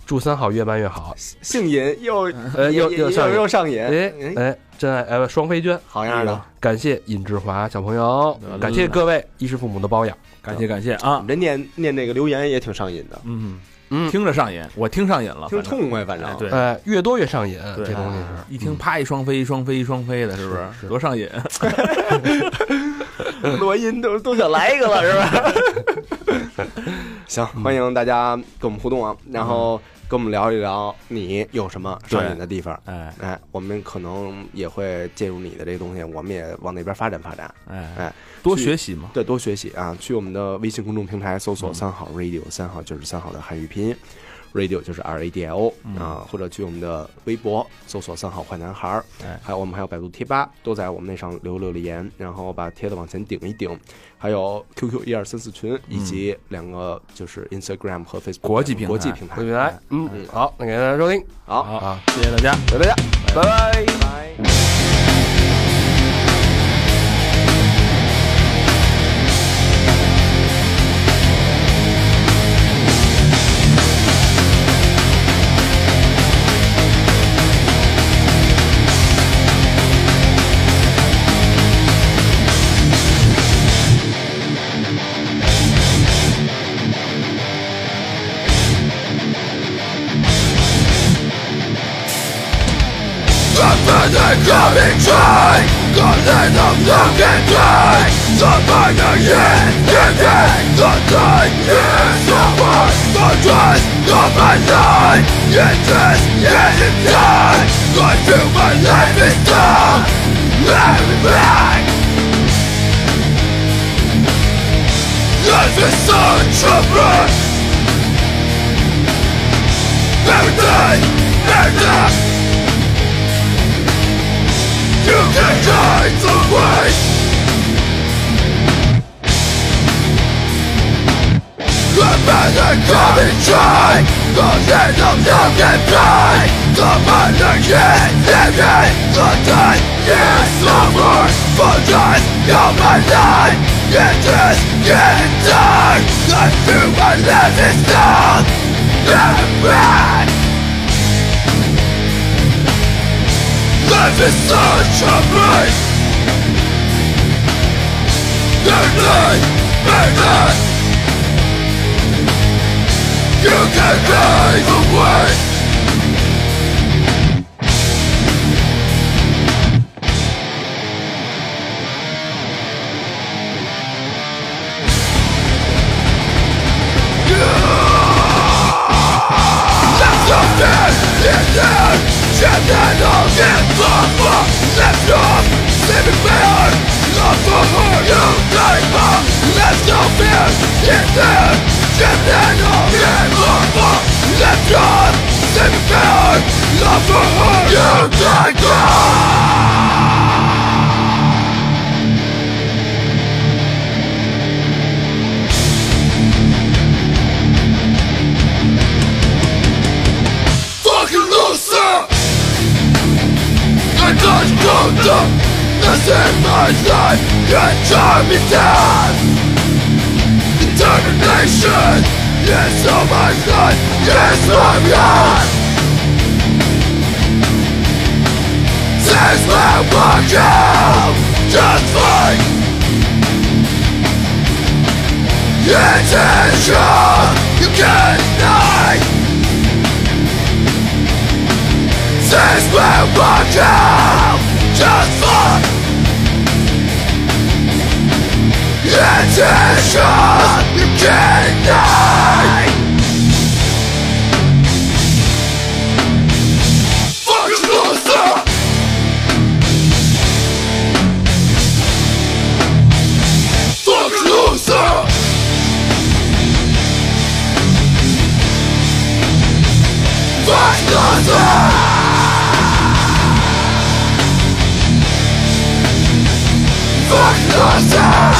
Speaker 2: 祝三好越办越好。
Speaker 3: 姓尹又
Speaker 2: 呃，又
Speaker 3: 又
Speaker 2: 上瘾
Speaker 3: 又，上瘾，
Speaker 2: 哎哎，真爱哎，不双飞娟。哎
Speaker 3: 好样的！
Speaker 2: 感谢尹志华小朋友
Speaker 5: 得，了
Speaker 2: 感谢各位衣食父母的包养。
Speaker 5: 感谢感谢
Speaker 3: 我
Speaker 5: 啊，
Speaker 3: 们这念念那个留言也挺上瘾的，
Speaker 5: 嗯
Speaker 2: 嗯
Speaker 5: 听着上瘾，我听上瘾了，
Speaker 3: 挺
Speaker 5: 反正
Speaker 3: 痛快，反
Speaker 5: 哎
Speaker 3: 正
Speaker 5: 对，
Speaker 2: 呃，越多越上瘾，
Speaker 5: 对
Speaker 2: 这东西是。
Speaker 5: 一听啪一双飞一双飞一双飞的，是不
Speaker 2: 是是
Speaker 5: 是多上瘾？
Speaker 3: 罗音都都想来一个了，是吧？行，欢迎大家跟我们互动啊，然后跟我们聊一聊你有什么上瘾的地方。
Speaker 5: 哎
Speaker 3: 哎，我们可能也会借助你的这个东西，我们也往那边发展发展。
Speaker 5: 哎
Speaker 3: 哎，
Speaker 5: 多学习嘛，
Speaker 3: 对，多学习啊！去我们的微信公众平台搜索“三好 radio”，三好就是三好的汉语拼音，radio 就是 R A D I O 啊，或者去我们的微博搜索“三好坏男孩”，儿
Speaker 5: 哎”，
Speaker 3: 还有我们还有百度贴吧，都在我们那上留留了言，然后把帖子往前顶一顶，还有 QQ 一二三四群以及两个就是 Instagram 和 Facebook
Speaker 5: 国际平台
Speaker 3: 国际平台哎
Speaker 2: 各。位
Speaker 5: 哎
Speaker 2: 来，嗯，好，那给大家收听，
Speaker 3: 好，
Speaker 2: 好，
Speaker 5: 谢谢大家。
Speaker 3: 谢谢大家。
Speaker 2: 拜拜。
Speaker 7: Attention! Fuck yourself!